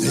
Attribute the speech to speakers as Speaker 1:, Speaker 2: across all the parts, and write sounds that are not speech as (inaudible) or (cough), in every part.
Speaker 1: des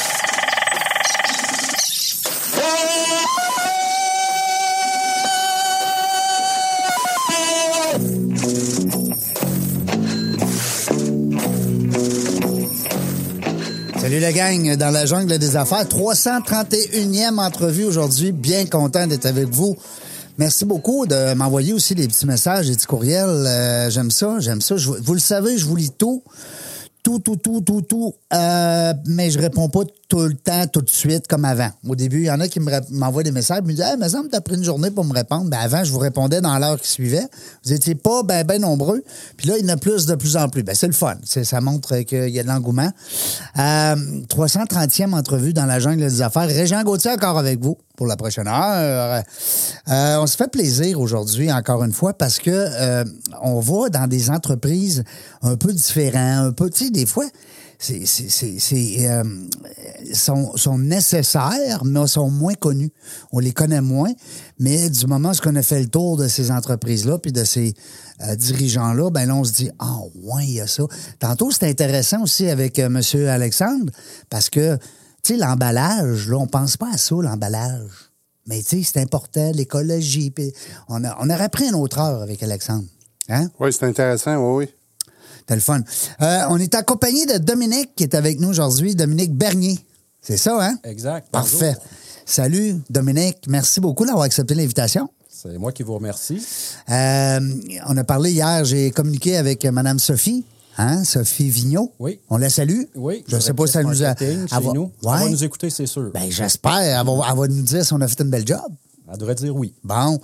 Speaker 2: Salut la gang dans la jungle des affaires. 331e entrevue aujourd'hui. Bien content d'être avec vous. Merci beaucoup de m'envoyer aussi les petits messages, les petits courriels. Euh, j'aime ça, j'aime ça. Je vous- vous le savez, je vous lis tout. Tout, tout, tout, tout, tout. Euh, mais je réponds pas tout le temps, tout de suite, comme avant. Au début, il y en a qui me rép- m'envoient des messages, me disent, ah, mais ça me t'as pris une journée pour me répondre. Ben, avant, je vous répondais dans l'heure qui suivait. Vous étiez pas ben, ben nombreux. Puis là, il y en a plus de plus en plus. Ben, c'est le fun. C'est- Ça montre euh, qu'il y a de l'engouement. Euh, 330e entrevue dans la jungle des affaires. Régent Gauthier encore avec vous pour la prochaine heure. Euh, on se fait plaisir aujourd'hui, encore une fois, parce que euh, on va dans des entreprises un peu différentes, un peu, tu sais, des fois, c'est, c'est, c'est, c'est, euh, sont, sont nécessaires, mais sont moins connus. On les connaît moins, mais du moment qu'on a fait le tour de ces entreprises-là, puis de ces euh, dirigeants-là, ben là, on se dit, ah ouais, il y a ça. Tantôt, c'était intéressant aussi avec euh, M. Alexandre, parce que, tu sais, l'emballage, là, on pense pas à ça, l'emballage. Mais tu sais, c'est important, l'écologie. puis On, a- on aurait pris une autre heure avec Alexandre. Hein?
Speaker 3: Oui, c'est intéressant, oui, oui.
Speaker 2: C'était le fun. Euh, on est accompagné de Dominique qui est avec nous aujourd'hui, Dominique Bernier. C'est ça, hein?
Speaker 4: Exact. bonjour.
Speaker 2: Parfait. Salut, Dominique. Merci beaucoup d'avoir accepté l'invitation.
Speaker 4: C'est moi qui vous remercie.
Speaker 2: Euh, on a parlé hier, j'ai communiqué avec Mme Sophie, hein, Sophie Vigneault.
Speaker 4: Oui.
Speaker 2: On la salue.
Speaker 4: Oui.
Speaker 2: Je ne sais pas si elle nous a.
Speaker 4: Marketing Chez
Speaker 2: elle va-
Speaker 4: nous.
Speaker 2: Ouais.
Speaker 4: Elle va nous écouter, c'est sûr.
Speaker 2: Ben, j'espère. Elle va, elle va nous dire si on a fait une belle job.
Speaker 4: Elle devrait dire oui.
Speaker 2: Bon.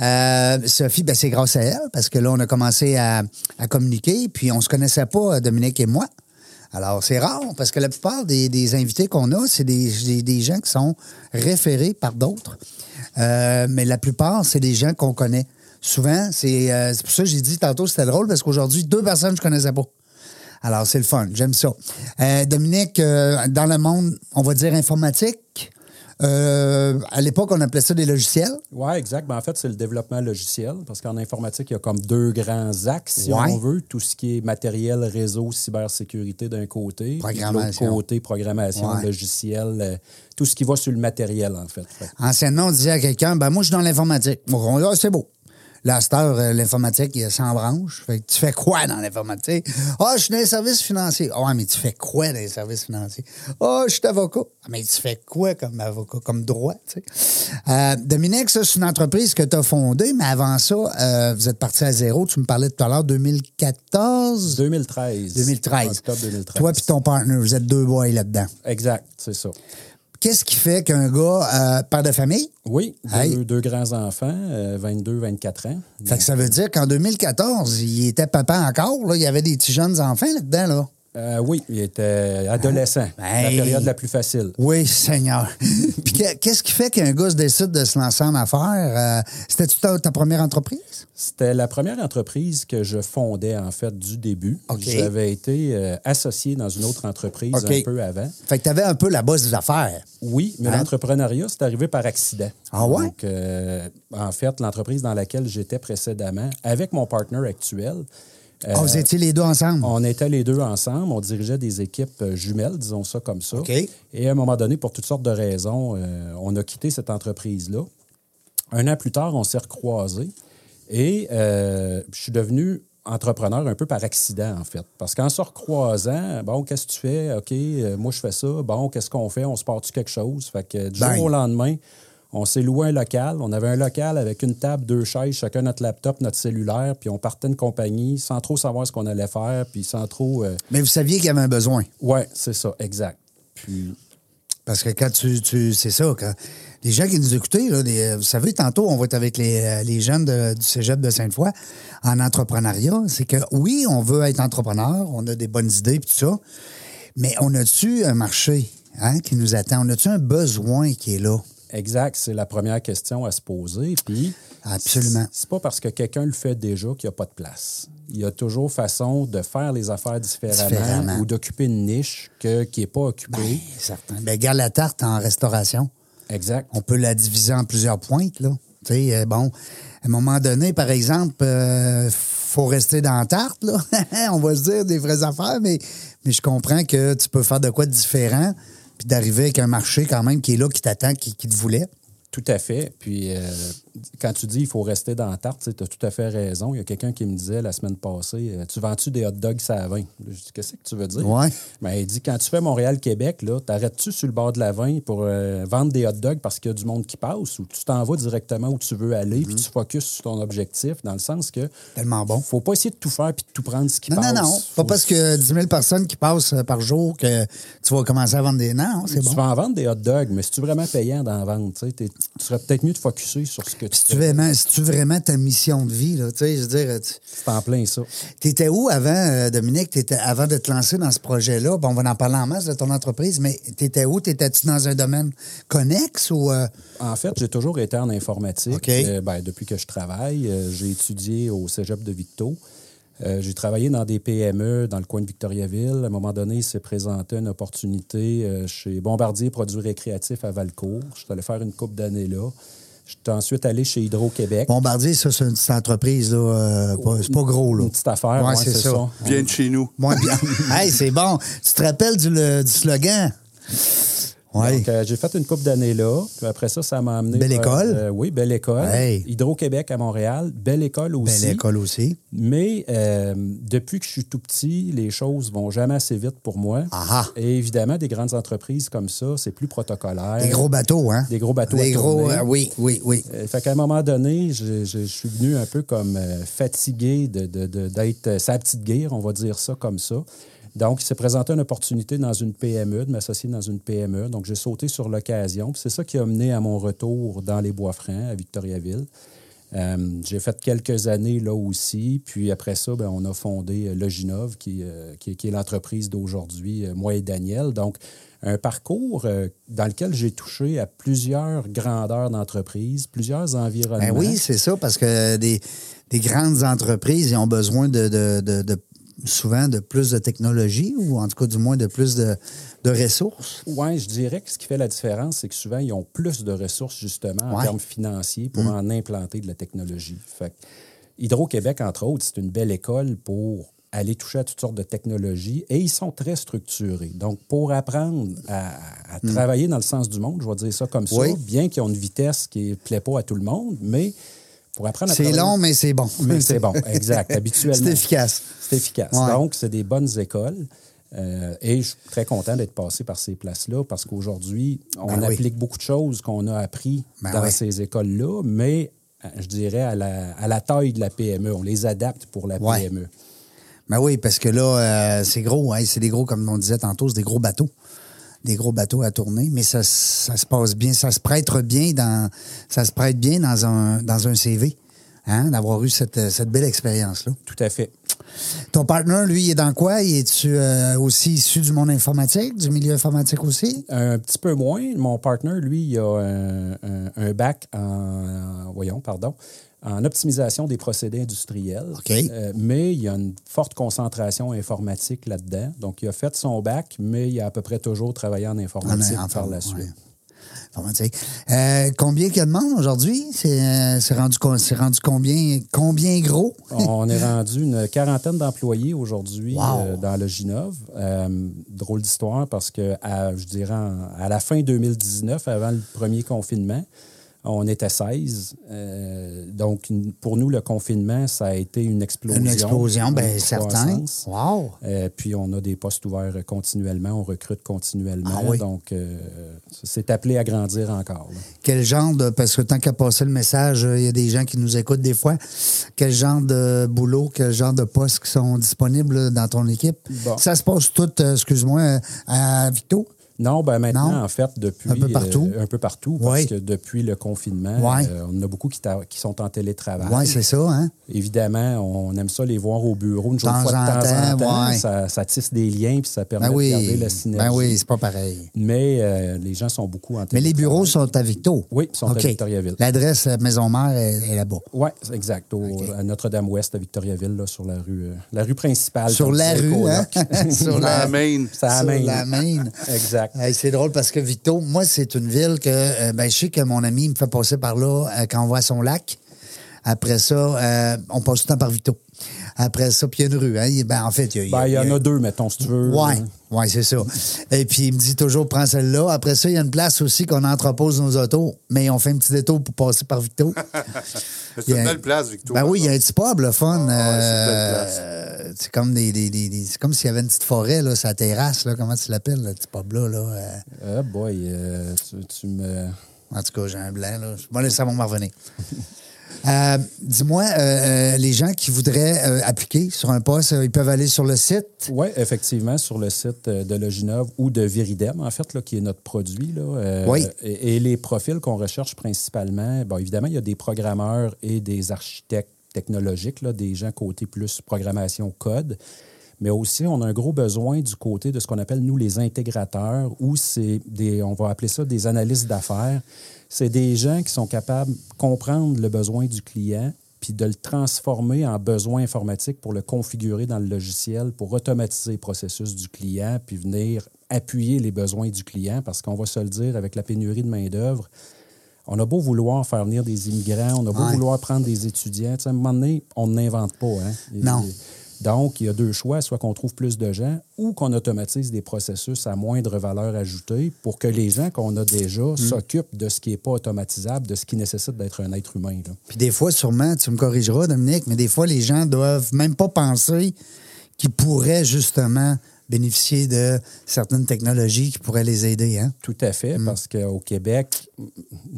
Speaker 2: Euh, Sophie, ben, c'est grâce à elle, parce que là, on a commencé à, à communiquer, puis on se connaissait pas, euh, Dominique et moi. Alors, c'est rare, parce que la plupart des, des invités qu'on a, c'est des, des- des gens qui sont référés par d'autres. Euh, mais la plupart, c'est des gens qu'on connaît. Souvent, c'est euh, c'est pour ça que j'ai dit tantôt c'était drôle, parce qu'aujourd'hui, deux personnes que je connaissais pas. Alors, c'est le fun. J'aime ça. Euh, Dominique, euh, dans le monde, on va dire informatique, euh, à l'époque, on appelait ça des logiciels.
Speaker 4: Oui, exact. Ben, en fait, c'est le développement logiciel, parce qu'en informatique, il y a comme deux grands axes, si
Speaker 2: Ouais.
Speaker 4: on veut. Tout ce qui est matériel, réseau, cybersécurité d'un côté. puis de
Speaker 2: Programmation.
Speaker 4: l'autre côté, programmation,
Speaker 2: Ouais.
Speaker 4: logiciel, euh, tout ce qui va sur le matériel, en fait. Fait que
Speaker 2: Anciennement, on disait à quelqu'un, ben moi, je suis dans l'informatique. Bon, là, c'est beau. Là, à cette heure, euh, l'informatique, il y a 100 branches. Fait que tu fais quoi dans l'informatique? Ah, je suis dans les services financiers. Ah, mais tu fais quoi dans les services financiers? Ah, je suis avocat. Ah, mais tu fais quoi comme avocat, comme droit? tu sais? Euh, Dominique, ça, c'est une entreprise que tu as fondée, mais avant ça, euh, vous êtes parti à zéro. Tu me parlais tout à l'heure, 2014?
Speaker 4: 2013.
Speaker 2: 2013.
Speaker 4: Octobre 2013.
Speaker 2: Toi puis ton partner, vous êtes deux boys là-dedans.
Speaker 4: Exact, c'est ça.
Speaker 2: Qu'est-ce qui fait qu'un gars, euh, père de famille,
Speaker 4: Oui, deux,
Speaker 2: Hey.
Speaker 4: deux grands-enfants, euh, 22, 24 ans.
Speaker 2: Fait que ça veut dire qu'en 2014, il était papa encore. Là. Il y avait des petits jeunes enfants là-dedans. Là.
Speaker 4: Euh, oui, il était adolescent.
Speaker 2: Hein? Hey.
Speaker 4: La période la plus facile.
Speaker 2: Oui, Seigneur. (laughs) Puis que- qu'est-ce qui fait qu'un gars se décide de se lancer en affaires? Euh, C'était-tu ta, ta première entreprise?
Speaker 4: C'était la première entreprise que je fondais, en fait, du début.
Speaker 2: OK.
Speaker 4: J'avais été euh, associé dans une autre entreprise
Speaker 2: OK.
Speaker 4: un peu avant.
Speaker 2: Fait que tu avais un peu la base des affaires.
Speaker 4: Oui, mais
Speaker 2: Hein?
Speaker 4: l'entrepreneuriat, c'est arrivé par accident.
Speaker 2: Ah ouais?
Speaker 4: Donc, euh, en fait, l'entreprise dans laquelle j'étais précédemment, avec mon partenaire actuel, euh,
Speaker 2: Ah, vous étiez les deux ensemble?
Speaker 4: on était les deux ensemble, on dirigeait des équipes euh, jumelles, disons ça comme ça.
Speaker 2: OK.
Speaker 4: Et à un moment donné, pour toutes sortes de raisons, euh, on a quitté cette entreprise-là. Un an plus tard, on s'est recroisés et euh, je suis devenu entrepreneur un peu par accident, en fait. Parce qu'en se recroisant, bon, qu'est-ce que tu fais? OK, euh, moi, je fais ça. Bon, qu'est-ce qu'on fait? On se part-tu quelque chose? Fait que euh, du
Speaker 2: Bang.
Speaker 4: jour au lendemain, on s'est loué un local. On avait un local avec une table, deux chaises, chacun notre laptop, notre cellulaire, puis on partait une compagnie sans trop savoir ce qu'on allait faire, puis sans trop... euh,
Speaker 2: Mais vous saviez qu'il y avait un besoin.
Speaker 4: Ouais, c'est ça, exact. Puis...
Speaker 2: Parce que quand tu. tu c'est ça, quand. Les gens qui nous écoutaient, là, les- vous savez, tantôt, on va être avec les, euh, les jeunes de- du cégep de Sainte-Foy en entrepreneuriat. C'est que oui, on veut être entrepreneur, on a des bonnes idées et tout ça, mais on a-tu un marché? hein, qui nous attend? On a-tu un besoin qui est là?
Speaker 4: Exact, c'est la première question à se poser. Puis,
Speaker 2: Absolument.
Speaker 4: c- C'est pas parce que quelqu'un le fait déjà qu'il n'y a pas de place. Il y a toujours façon de faire les affaires différemment,
Speaker 2: Différemment.
Speaker 4: ou d'occuper une niche que- qui n'est pas occupée.
Speaker 2: Certain. Ben, regarde la tarte en restauration.
Speaker 4: exact.
Speaker 2: on peut la diviser en plusieurs pointes. Là. Tu sais, euh, bon, à un moment donné, par exemple, euh, faut rester dans la tarte. Là. (laughs) on va se dire des vraies affaires, mais, mais je comprends que tu peux faire de quoi de différent puis d'arriver avec un marché quand même qui est là, qui t'attend, qui, qui te voulait.
Speaker 4: Tout à fait. Puis euh, quand tu dis il faut rester dans la tarte, tu as tout à fait raison. Il y a quelqu'un qui me disait la semaine passée euh, Tu vends-tu des hot dogs à 20 Je dis Qu'est-ce que tu veux dire
Speaker 2: Ouais.
Speaker 4: Ben, il dit Quand tu fais Montréal-Québec, là, t'arrêtes-tu sur le bord de la 20 pour euh, vendre des hot dogs parce qu'il y a du monde qui passe ou tu t'en vas directement où tu veux aller puis tu focuses sur ton objectif dans le sens que.
Speaker 2: Mhm. Tellement bon.
Speaker 4: Faut pas essayer de tout faire puis de tout prendre ce qui
Speaker 2: Non,
Speaker 4: passe.
Speaker 2: non, non. Pas
Speaker 4: Faut-
Speaker 2: parce que 10 000 personnes qui passent euh, par jour que tu vas commencer à vendre des. Non, c'est
Speaker 4: Tu
Speaker 2: bon.
Speaker 4: vas en vendre des hot dogs, mais si tu vraiment payant d'en vendre, tu sais, t'es- tu serais peut-être mieux de focuser sur ce que tu
Speaker 2: Si
Speaker 4: fais.
Speaker 2: tu, vraiment, si tu vraiment ta mission de vie, là, tu sais, je veux dire, tu-
Speaker 4: C'est en plein ça.
Speaker 2: T'étais où avant, euh, Dominique, t'étais, avant de te lancer dans ce projet-là? Bon, on va en parler en masse de ton entreprise, mais t'étais où? T'étais-tu dans un domaine connexe ou... euh,
Speaker 4: En fait, j'ai toujours été en informatique.
Speaker 2: OK.
Speaker 4: Euh, ben, depuis que je travaille, euh, j'ai étudié au cégep de Victo. Euh, j'ai travaillé dans des PME dans le coin de Victoriaville. À un moment donné, il s'est présenté une opportunité euh, chez Bombardier Produits Récréatifs à Valcourt. Je suis allé faire une coupe d'années là. Je suis ensuite allé chez Hydro-Québec.
Speaker 2: Bombardier, ça, c'est une petite entreprise, là. euh, pas- c'est pas gros, là.
Speaker 4: Une petite affaire,
Speaker 2: Ouais,
Speaker 4: ouais,
Speaker 2: c'est, ça.
Speaker 3: Viens de chez nous.
Speaker 2: Moins
Speaker 4: (laughs)
Speaker 2: bien. hey, c'est bon. Tu te rappelles du, le- du slogan? Oui.
Speaker 4: Donc, euh, j'ai fait une coupe d'années là. Puis après ça, ça m'a amené.
Speaker 2: Belle
Speaker 4: vers-
Speaker 2: école.
Speaker 4: euh, oui, belle école.
Speaker 2: Hey.
Speaker 4: Hydro-Québec à Montréal. Belle école aussi.
Speaker 2: Belle école Ben, aussi.
Speaker 4: Mais euh, depuis que je suis tout petit, les choses vont jamais assez vite pour moi.
Speaker 2: Ah ah.
Speaker 4: Et évidemment, des grandes entreprises comme ça, c'est plus protocolaire.
Speaker 2: Des gros bateaux, hein?
Speaker 4: Des gros bateaux à
Speaker 2: Des gros...
Speaker 4: tourner.
Speaker 2: euh, oui, oui, oui.
Speaker 4: Euh, fait qu'à un moment donné, je, je- je suis venu un peu comme euh, fatigué de- de- de- d'être euh, sa petite guerre, on va dire ça comme ça. Donc, il s'est présenté une opportunité dans une PME, de m'associer dans une PME. Donc, j'ai sauté sur l'occasion. Puis C'est ça qui a mené à mon retour dans les Bois-Francs, à Victoriaville. Euh, j'ai fait quelques années là aussi. Puis après ça, ben, on a fondé euh, Loginov, qui, euh, qui, est- qui est l'entreprise d'aujourd'hui, euh, moi et Daniel. Donc, un parcours euh, dans lequel j'ai touché à plusieurs grandeurs d'entreprises, plusieurs environnements.
Speaker 2: Ben oui, c'est ça, parce que des, des grandes entreprises, ils ont besoin de, de- de- de- souvent de plus de technologie ou en tout cas du moins de plus de, de ressources.
Speaker 4: Oui, je dirais que ce qui fait la différence, c'est que souvent, ils ont plus de ressources, justement, en
Speaker 2: Ouais. Mm.
Speaker 4: termes financiers pour en implanter de la technologie. Fait que Hydro-Québec, entre autres, c'est une belle école pour aller toucher à toutes sortes de technologies et ils sont très structurés. Donc, pour apprendre à, à travailler dans le sens du monde, je vais dire ça comme ça,
Speaker 2: Mm. Oui.
Speaker 4: bien qu'ils ont une vitesse qui ne plaît pas à tout le monde, mais pour apprendre à
Speaker 2: C'est
Speaker 4: travailler-
Speaker 2: long, mais c'est
Speaker 4: (laughs)
Speaker 2: bon.
Speaker 4: mais c'est bon, exact. Habituellement.
Speaker 2: (laughs) C'est efficace.
Speaker 4: C'est efficace.
Speaker 2: Ouais.
Speaker 4: Donc, c'est des bonnes écoles. Euh, et je suis très content d'être passé par ces places-là parce qu'aujourd'hui, on
Speaker 2: Ben oui.
Speaker 4: applique beaucoup de choses qu'on a appris
Speaker 2: Ben
Speaker 4: dans
Speaker 2: oui.
Speaker 4: ces écoles-là, mais euh, je dirais à la, à la taille de la PME. On les adapte pour la E.
Speaker 2: Ouais.
Speaker 4: PME.
Speaker 2: Ben oui, parce que là, euh, c'est gros, hein, c'est des gros, comme on disait tantôt, c'est des gros bateaux. Des gros bateaux à tourner, mais ça, ça se passe bien, ça se prête bien dans ça se prête bien dans un dans un CV, hein, d'avoir eu cette, cette belle expérience-là.
Speaker 4: Tout à fait.
Speaker 2: Ton partenaire, lui, il est dans quoi? Il est-tu euh, aussi issu du monde informatique, du milieu informatique aussi?
Speaker 4: Un petit peu moins. Mon partner, lui, il a un, un- un bac en, en- voyons, pardon, en optimisation des procédés industriels.
Speaker 2: OK.
Speaker 4: Euh, mais il y a une forte concentration informatique là-dedans. Donc, il a fait son bac, mais il a à peu près toujours travaillé en informatique
Speaker 2: En- en-
Speaker 4: par la
Speaker 2: ouais.
Speaker 4: suite.
Speaker 2: Informatique. Euh, combien qu'il y a de monde aujourd'hui? C'est euh, c'est rendu, co- c'est rendu combien, combien gros?
Speaker 4: On est rendu une quarantaine d'employés aujourd'hui
Speaker 2: Wow.
Speaker 4: euh, dans le Ginov. Euh, drôle d'histoire parce que, à, je dirais, en- à la fin 2019, avant le premier confinement, on était 16. Euh, donc, une- pour nous, le confinement, ça a été une explosion.
Speaker 2: Une explosion, bien
Speaker 4: une
Speaker 2: certain.
Speaker 4: croissance.
Speaker 2: Wow!
Speaker 4: Euh, puis on a des postes ouverts continuellement, on recrute continuellement.
Speaker 2: Ah oui.
Speaker 4: Donc, euh, c'est appelé à grandir encore. là.
Speaker 2: Quel genre de. Parce que tant qu'à passer le message, euh, il y a des gens qui nous écoutent des fois. Quel genre de boulot, quel genre de postes qui sont disponibles dans ton équipe?
Speaker 4: Bon.
Speaker 2: Ça se passe tout, euh, excuse-moi, euh, à Victo?
Speaker 4: Non, ben maintenant,
Speaker 2: Non?
Speaker 4: en fait, depuis.
Speaker 2: Un peu partout?
Speaker 4: euh, un peu partout, parce
Speaker 2: Ouais.
Speaker 4: que depuis le confinement,
Speaker 2: Ouais.
Speaker 4: euh, on en a beaucoup qui, ta- qui sont en télétravail.
Speaker 2: Oui, c'est ça, hein?
Speaker 4: Évidemment, on aime ça les voir au bureau une
Speaker 2: Temps
Speaker 4: fois de
Speaker 2: en
Speaker 4: temps en
Speaker 2: temps,
Speaker 4: temps.
Speaker 2: ouais.
Speaker 4: Ça, ça tisse des liens puis ça permet
Speaker 2: Ben
Speaker 4: de garder
Speaker 2: oui.
Speaker 4: la synergie.
Speaker 2: Ben oui, c'est pas pareil.
Speaker 4: Mais euh, les gens sont beaucoup en
Speaker 2: Mais
Speaker 4: télétravail.
Speaker 2: les bureaux sont à Victo.
Speaker 4: Oui, sont à
Speaker 2: OK.
Speaker 4: Victoriaville.
Speaker 2: L'adresse, la maison mère, est, est là-bas.
Speaker 4: Oui, exact. au-
Speaker 2: OK.
Speaker 4: À Notre-Dame-Ouest, à Victoriaville, là, sur la rue, euh, la rue principale.
Speaker 2: Sur
Speaker 4: comme
Speaker 2: la
Speaker 4: disait
Speaker 2: rue, hein? (laughs)
Speaker 4: Coloc. (laughs)
Speaker 2: Sur la
Speaker 3: Amen.
Speaker 4: Ça
Speaker 2: sur
Speaker 4: amène.
Speaker 2: la Maine.
Speaker 4: (laughs) Exact.
Speaker 2: Hey, c'est drôle parce que Victo, moi, c'est une ville que euh, ben, je sais que mon ami me fait passer par là euh, quand on va à son lac. Après ça, euh, on passe tout le temps par Victo. Après ça, puis il y a une rue. Hein? Il- ben, en fait, il y a- il y a.
Speaker 4: Ben, il y
Speaker 2: il y
Speaker 4: en
Speaker 2: a-
Speaker 4: a deux, mettons, si tu veux.
Speaker 2: Ouais,
Speaker 4: Hein.
Speaker 2: ouais, c'est ça. Et puis il me dit toujours prends celle-là. Après ça, il y a une place aussi qu'on entrepose nos autos, mais on fait un petit détour pour passer par Victo.
Speaker 3: C'est
Speaker 2: Il y a
Speaker 3: une
Speaker 2: un-
Speaker 3: belle place, Victor.
Speaker 2: Ben oui, il y a un petit pub, le fun.
Speaker 3: Ah, ouais, c'est une belle place.
Speaker 2: Euh, c'est comme des, des- des- des- c'est comme s'il y avait une petite forêt, là, sa terrasse, là, comment tu l'appelles, le petit pub-là? Là, euh,
Speaker 4: Ah, boy, euh, tu, tu me.
Speaker 2: en tout cas, j'ai un blanc. Là. Bon, là, ça va m'en
Speaker 3: (laughs)
Speaker 2: revenir. Euh, Dis-moi, euh, euh, les gens qui voudraient euh, appliquer sur un poste, euh, ils peuvent aller sur le site.
Speaker 4: Oui, effectivement, sur le site euh, de Loginov ou de Viridem, en fait, là, qui est notre produit. Là, euh,
Speaker 2: Oui.
Speaker 4: Et, et les profils qu'on recherche principalement, bon, évidemment, il y a des programmeurs et des architectes technologiques, là, des gens côté plus programmation code. Mais aussi, on a un gros besoin du côté de ce qu'on appelle, nous, les intégrateurs, ou c'est des, on va appeler ça des analystes d'affaires. C'est des gens qui sont capables de comprendre le besoin du client puis de le transformer en besoin informatique pour le configurer dans le logiciel, pour automatiser le processus du client, puis venir appuyer les besoins du client, parce qu'on va se le dire, avec la pénurie de main-d'œuvre, on a beau vouloir faire venir des immigrants, on a beau
Speaker 2: Ouais.
Speaker 4: vouloir prendre des étudiants, tu sais, à un moment donné, on n'invente pas. hein.
Speaker 2: Non.
Speaker 4: Donc, il y a deux choix, soit qu'on trouve plus de gens ou qu'on automatise des processus à moindre valeur ajoutée pour que les gens qu'on a déjà
Speaker 2: Mmh.
Speaker 4: s'occupent de ce qui n'est pas automatisable, de ce qui nécessite d'être un être humain. là.
Speaker 2: Puis des fois, sûrement, tu me corrigeras, Dominique, mais des fois, les gens doivent même pas penser qu'ils pourraient justement bénéficier de certaines technologies qui pourraient les aider. Hein?
Speaker 4: Tout à fait, parce qu'au Québec,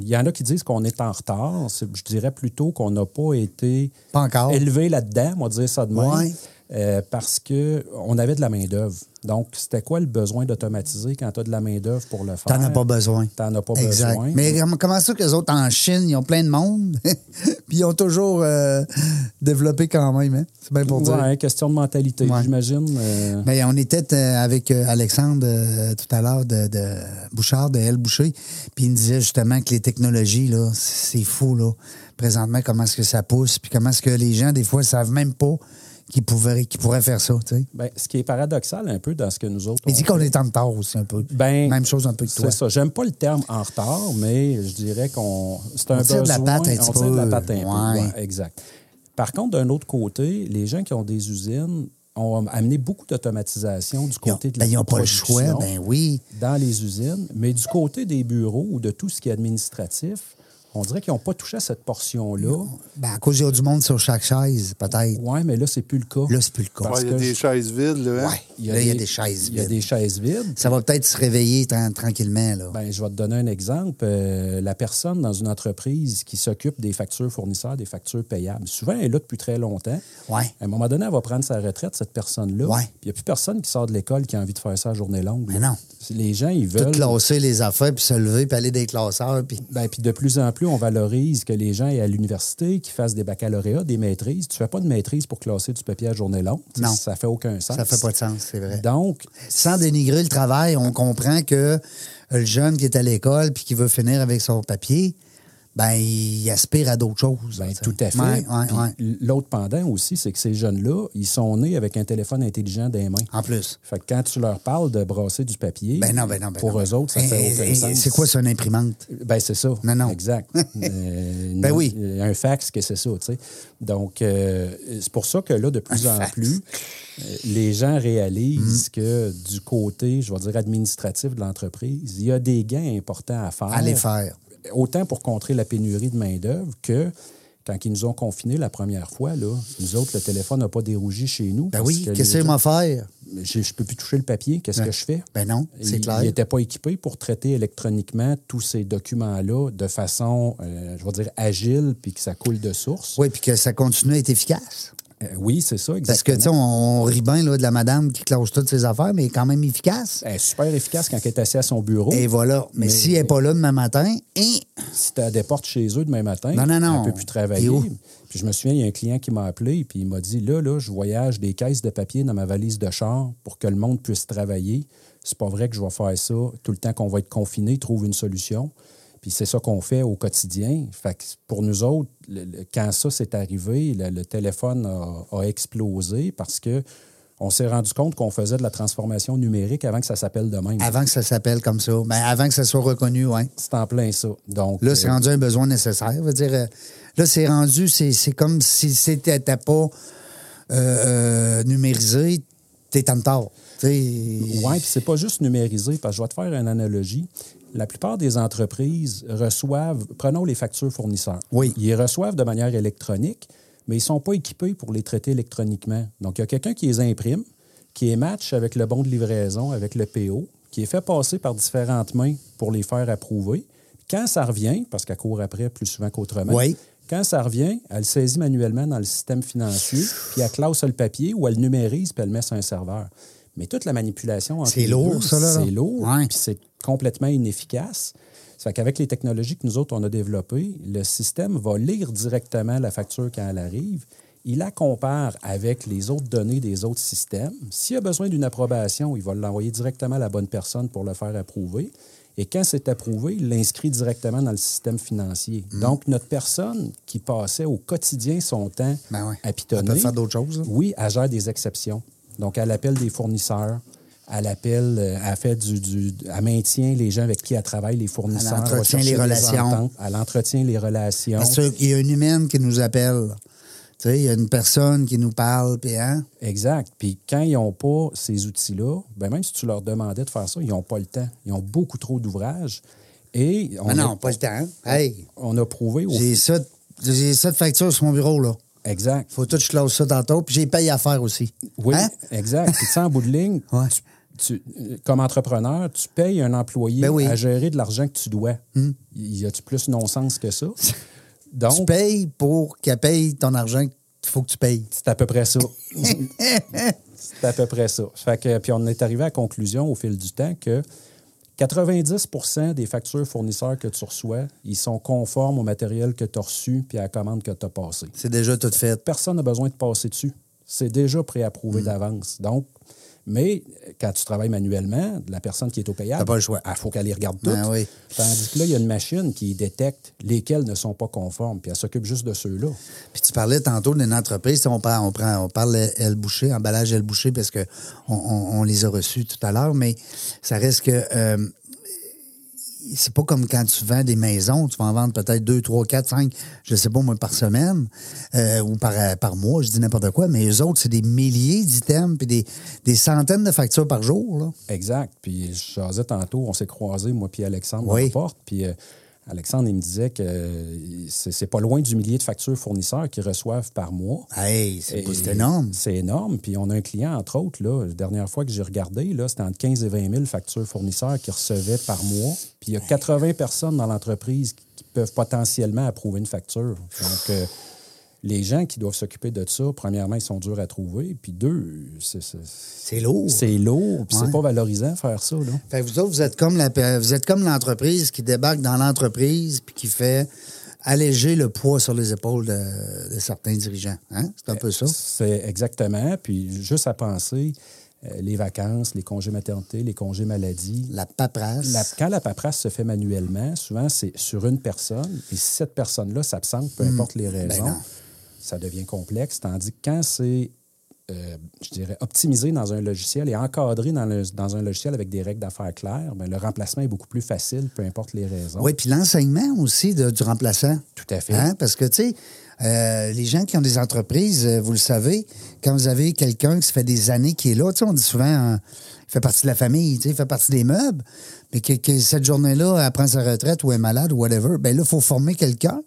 Speaker 4: il y en a qui disent qu'on est en retard. C'est- Je dirais plutôt qu'on n'a pas été
Speaker 2: Pas encore.
Speaker 4: élevé là-dedans, on va dire ça de même,
Speaker 2: Ah. Ouais.
Speaker 4: euh, parce qu'on avait de la main-d'œuvre. Donc, c'était quoi le besoin d'automatiser quand tu as de la main-d'œuvre pour le faire?
Speaker 2: T'en as pas besoin.
Speaker 4: T'en as pas
Speaker 2: exact.
Speaker 4: besoin.
Speaker 2: Mais comment- comment ça que les autres en Chine, ils ont plein de monde, (laughs) puis ils ont toujours euh, développé quand même. hein? C'est bien pour dire.
Speaker 4: Ouais, question de mentalité,
Speaker 2: Ouais.
Speaker 4: j'imagine. euh,
Speaker 2: Mais on était euh, avec euh, Alexandre euh, tout à l'heure de, de Bouchard, de L. Boucher, puis il me disait justement que les technologies, là, c'est fou, là, présentement, comment est-ce que ça pousse, puis comment est-ce que les gens, des fois, savent même pas qu'ils pouvaient, qu'ils pourraient faire ça, tu sais.
Speaker 4: ben, ce qui est paradoxal un peu dans ce que nous autres.
Speaker 2: Il
Speaker 4: on
Speaker 2: dit qu'on est en retard aussi, un peu.
Speaker 4: Ben,
Speaker 2: Même chose un peu que toi.
Speaker 4: C'est ça. J'aime pas le terme en retard, mais je dirais qu'on. C'est un
Speaker 2: On tire de la
Speaker 4: besoin,
Speaker 2: patte un petit
Speaker 4: on tire de la
Speaker 2: peu.
Speaker 4: patte un peu.
Speaker 2: Ouais.
Speaker 4: Ouais, exact. Par contre, d'un autre côté, les gens qui ont des usines ont amené beaucoup d'automatisation du
Speaker 2: Ils ont-
Speaker 4: côté de la
Speaker 2: ben, ils n'ont pas le choix,
Speaker 4: production
Speaker 2: ben oui.
Speaker 4: dans les usines, mais du côté des bureaux ou de tout ce qui est administratif, on dirait qu'ils n'ont pas touché à cette portion-là.
Speaker 2: Ben, à cause, il y a du monde sur chaque chaise, peut-être.
Speaker 4: Oui, mais là, c'est plus le cas.
Speaker 2: Là, c'est plus le cas.
Speaker 3: Ouais, il y a
Speaker 4: que
Speaker 3: des
Speaker 4: je-
Speaker 3: chaises vides, là. hein?
Speaker 2: Ouais. Là, il y a des chaises
Speaker 4: Il y a
Speaker 2: vides.
Speaker 4: des chaises vides.
Speaker 2: Ça va peut-être se réveiller tran- tranquillement, là.
Speaker 4: Ben, je vais te donner un exemple. Euh, la personne dans une entreprise qui s'occupe des factures fournisseurs, des factures payables, souvent elle est là depuis très longtemps.
Speaker 2: Ouais.
Speaker 4: À un moment donné, elle va prendre sa retraite, cette personne-là.
Speaker 2: Ouais.
Speaker 4: Puis Il n'y a plus personne qui sort de l'école qui a envie de faire ça à journée longue.
Speaker 2: Mais
Speaker 4: là.
Speaker 2: non.
Speaker 4: Les gens, ils
Speaker 2: Tout
Speaker 4: veulent.
Speaker 2: classer les affaires, puis se lever, puis aller des classeurs, puis...
Speaker 4: Ben, puis de plus en plus, on valorise que les gens aient à l'université, qu'ils fassent des baccalauréats, des maîtrises. Tu ne fais pas de maîtrise pour classer du papier à journée longue.
Speaker 2: Non.
Speaker 4: Ça ne fait aucun sens.
Speaker 2: Ça fait pas de sens, c'est vrai.
Speaker 4: Donc,
Speaker 2: Sans dénigrer le travail, on comprend que le jeune qui est à l'école puis qui veut finir avec son papier, ben il aspire à d'autres choses.
Speaker 4: Ben,
Speaker 2: tu sais.
Speaker 4: tout à fait.
Speaker 2: Ouais, ouais,
Speaker 4: Puis
Speaker 2: ouais.
Speaker 4: L'autre pendant aussi, c'est que ces jeunes-là, ils sont nés avec un téléphone intelligent dans les mains.
Speaker 2: En plus.
Speaker 4: Fait que quand tu leur parles de brasser du papier,
Speaker 2: Ben non, ben non, ben
Speaker 4: pour
Speaker 2: non.
Speaker 4: eux autres, ça
Speaker 2: Eh,
Speaker 4: fait
Speaker 2: eh,
Speaker 4: aucun
Speaker 2: eh,
Speaker 4: sens.
Speaker 2: C'est quoi, c'est une imprimante?
Speaker 4: Ben, c'est ça.
Speaker 2: Non, non. (laughs)
Speaker 4: Exact. Euh,
Speaker 2: Ben
Speaker 4: non,
Speaker 2: oui.
Speaker 4: Un fax, que c'est ça, tu sais. Donc, euh, c'est pour ça que là, de plus en
Speaker 2: fax. Mm.
Speaker 4: plus, euh, les gens réalisent que du côté, je vais dire, administratif de l'entreprise, il y a des gains importants à faire.
Speaker 2: À les faire.
Speaker 4: Autant pour contrer la pénurie de main-d'œuvre que. Quand ils nous ont confinés la première fois, là, nous autres, le téléphone n'a pas dérougi chez nous.
Speaker 2: Ben
Speaker 4: parce
Speaker 2: oui,
Speaker 4: les
Speaker 2: qu'est-ce que je
Speaker 4: gens-
Speaker 2: vais faire?
Speaker 4: je ne peux plus toucher le papier, qu'est-ce
Speaker 2: Ouais.
Speaker 4: que je fais?
Speaker 2: Ben non, c'est
Speaker 4: Il-
Speaker 2: clair.
Speaker 4: Il n'était pas équipé pour traiter électroniquement tous ces documents-là de façon, euh, je vais dire, agile, puis que ça coule de source.
Speaker 2: Oui, puis que ça continue à être efficace.
Speaker 4: Euh, oui, c'est ça, exactement.
Speaker 2: Parce que, tu sais, on, on rit bien là, de la madame qui cloche toutes ses affaires, mais elle est quand même efficace.
Speaker 4: Elle est super efficace quand elle est assise à son bureau.
Speaker 2: Et voilà. Mais, si elle n'est pas là demain matin, hein, et
Speaker 4: si tu as des portes chez eux demain matin,
Speaker 2: Non, non, non.
Speaker 4: on ne peut plus
Speaker 2: Et
Speaker 4: travailler.
Speaker 2: où?
Speaker 4: Puis je me souviens, il y a un client qui m'a appelé puis il m'a dit Là, là, je voyage des caisses de papier dans ma valise de char pour que le monde puisse travailler. C'est pas vrai que je vais faire ça tout le temps qu'on va être confiné, trouve une solution. Puis c'est ça qu'on fait au quotidien. Fait que pour nous autres, le- le- quand ça s'est arrivé, le, le téléphone a, a explosé parce que on s'est rendu compte qu'on faisait de la transformation numérique avant que ça s'appelle de même.
Speaker 2: avant que ça s'appelle comme ça, ben, avant que ça soit reconnu, ouais.
Speaker 4: C'est en plein ça. Donc,
Speaker 2: Là, c'est
Speaker 4: euh,
Speaker 2: rendu un besoin nécessaire. Je veux dire, euh, là, c'est rendu, c'est c'est comme si c'était t'as pas euh, euh, numérisé, t'es en retard. Oui,
Speaker 4: Oui, puis c'est pas juste numérisé, parce que je vais te faire une analogie. La plupart des entreprises reçoivent, prenons les factures fournisseurs.
Speaker 2: Oui.
Speaker 4: Ils les reçoivent de manière électronique, mais ils sont pas équipés pour les traiter électroniquement. Donc, il y a quelqu'un qui les imprime, qui les match avec le bon de livraison, avec le PO, qui les fait passer par différentes mains pour les faire approuver. Quand ça revient, parce qu'elle court après plus souvent qu'autrement,
Speaker 2: Oui.
Speaker 4: quand ça revient, elle le saisit manuellement dans le système financier, puis elle classe le papier ou elle le numérise, puis elle le met sur un serveur. Mais toute la manipulation entre
Speaker 2: C'est
Speaker 4: les
Speaker 2: lourd,
Speaker 4: deux,
Speaker 2: ça, là, là.
Speaker 4: C'est lourd,
Speaker 2: Ouais.
Speaker 4: puis c'est complètement inefficace. Ça fait qu'avec les technologies que nous autres, on a développées, le système va lire directement la facture quand elle arrive. Il la compare avec les autres données des autres systèmes. S'il a besoin d'une approbation, il va l'envoyer directement à la bonne personne pour le faire approuver. Et quand c'est approuvé, il l'inscrit directement dans le système financier.
Speaker 2: Hmm.
Speaker 4: Donc, notre personne qui passait au quotidien son temps
Speaker 2: Ben ouais.
Speaker 4: à pitonner...
Speaker 2: Elle peut faire d'autres choses, là.
Speaker 4: Oui, elle gère des exceptions. Donc, elle appelle des fournisseurs. Elle appelle, euh, elle fait du, du- elle maintient les gens avec qui elle travaille, les fournisseurs.
Speaker 2: Elle entretient
Speaker 4: va chercher
Speaker 2: les
Speaker 4: des
Speaker 2: relations.
Speaker 4: ententes. Elle entretient les relations.
Speaker 2: Parce qu'il y a une humaine qui nous appelle. Tu sais, il y a une personne qui nous parle, puis hein?
Speaker 4: Exact. Puis quand ils n'ont pas ces outils-là, ben même si tu leur demandais de faire ça, ils n'ont pas le temps. Ils ont beaucoup trop d'ouvrages. Et on,
Speaker 2: Mais Ah non,
Speaker 4: a,
Speaker 2: pas le temps. Hey,
Speaker 4: on a prouvé au
Speaker 2: j'ai ça, de- j'ai ça de facture sur mon bureau, là.
Speaker 4: Exact.
Speaker 2: Faut tout que je close ça tantôt, puis j'ai paye à faire aussi.
Speaker 4: Oui,
Speaker 2: Hein?
Speaker 4: exact. Puis tu sais, en bout de ligne,
Speaker 2: (laughs) Ouais.
Speaker 4: tu- euh, comme entrepreneur, tu payes un employé
Speaker 2: Ben oui. Hmm.
Speaker 4: à gérer de l'argent que tu dois. Y a-tu plus non-sens que ça?
Speaker 2: (laughs) Tu
Speaker 4: Donc,
Speaker 2: payes pour qu'elle paye ton argent qu'il faut que tu payes.
Speaker 4: c'est à peu
Speaker 2: (laughs)
Speaker 4: près ça. c'est à peu près ça. Fait que, puis on est arrivé à la conclusion au fil du temps que 90 des factures fournisseurs que tu reçois, ils sont conformes au matériel que tu as reçu puis à la commande que tu as passée.
Speaker 2: C'est déjà tout fait.
Speaker 4: personne n'a besoin de passer dessus. C'est déjà préapprouvé
Speaker 2: Mm.
Speaker 4: d'avance. Donc, mais euh, quand tu travailles manuellement, la personne qui est au payable,
Speaker 2: T'as pas le choix.
Speaker 4: il faut qu'elle les regarde toutes.
Speaker 2: Ben oui.
Speaker 4: Tandis que là, il y a une machine qui détecte lesquelles ne sont pas conformes, puis elle s'occupe juste de ceux-là.
Speaker 2: Puis tu parlais tantôt d'une entreprise, Tu sais, on parle, on prend, on parle Elle Boucher, emballage Elle Boucher, parce que on, on- on les a reçus tout à l'heure, mais ça reste que euh, c'est pas comme quand tu vends des maisons, tu vas en vendre peut-être deux, trois, quatre, cinq, je sais pas moi, par semaine euh, ou par, par mois, je dis n'importe quoi, mais eux autres, c'est des milliers d'items puis des, des centaines de factures par jour. Là.
Speaker 4: Exact. Puis je jasais tantôt, on s'est croisés, moi puis Alexandre,
Speaker 2: Oui.
Speaker 4: dans la porte. Puis euh, Alexandre, il me disait que euh, c'est c'est pas loin du millier de factures fournisseurs qu'ils reçoivent par mois.
Speaker 2: Hey, c'est
Speaker 4: Et-
Speaker 2: c'est énorme.
Speaker 4: C'est énorme. Puis on a un client, entre autres, là, la dernière fois que j'ai regardé, là, c'était entre 15 000 et 20 000 factures fournisseurs qu'il recevait par mois. Puis il
Speaker 2: Ben,
Speaker 4: y a 80 personnes dans l'entreprise qui- qui peuvent potentiellement approuver une facture. Donc, euh, les gens qui doivent s'occuper de ça, premièrement, ils sont durs à trouver. Puis deux, c'est- c'est
Speaker 2: C'est lourd.
Speaker 4: c'est lourd. Puis
Speaker 2: Ouais.
Speaker 4: c'est pas valorisant faire ça. Là.
Speaker 2: Fait que vous autres, vous êtes comme la, vous êtes comme l'entreprise qui débarque dans l'entreprise puis qui fait alléger le poids sur les épaules de, de certains dirigeants. Hein? C'est un peu ça.
Speaker 4: Euh, C'est exactement. Puis juste à penser, euh, les vacances, les congés maternité, les congés maladie,
Speaker 2: La paperasse.
Speaker 4: La- quand la paperasse se fait manuellement, souvent c'est sur une personne, et si cette personne-là s'absente, peu importe les raisons,
Speaker 2: Hmm. Ben non.
Speaker 4: ça devient complexe. Tandis que quand c'est, euh, je dirais, optimisé dans un logiciel et encadré dans, le- dans un logiciel avec des règles d'affaires claires, ben, le remplacement est beaucoup plus facile, peu importe les raisons.
Speaker 2: Oui, puis l'enseignement aussi de- du remplaçant.
Speaker 4: Tout à fait.
Speaker 2: Hein? Parce que, tu sais, euh, les gens qui ont des entreprises, euh, vous le savez, quand vous avez quelqu'un qui se fait des années qui est là, tu sais, on dit souvent, hein, il fait partie de la famille, tu sais, il fait partie des meubles, mais que, que cette journée-là, elle prend sa retraite ou est malade ou whatever, ben là, il faut former quelqu'un.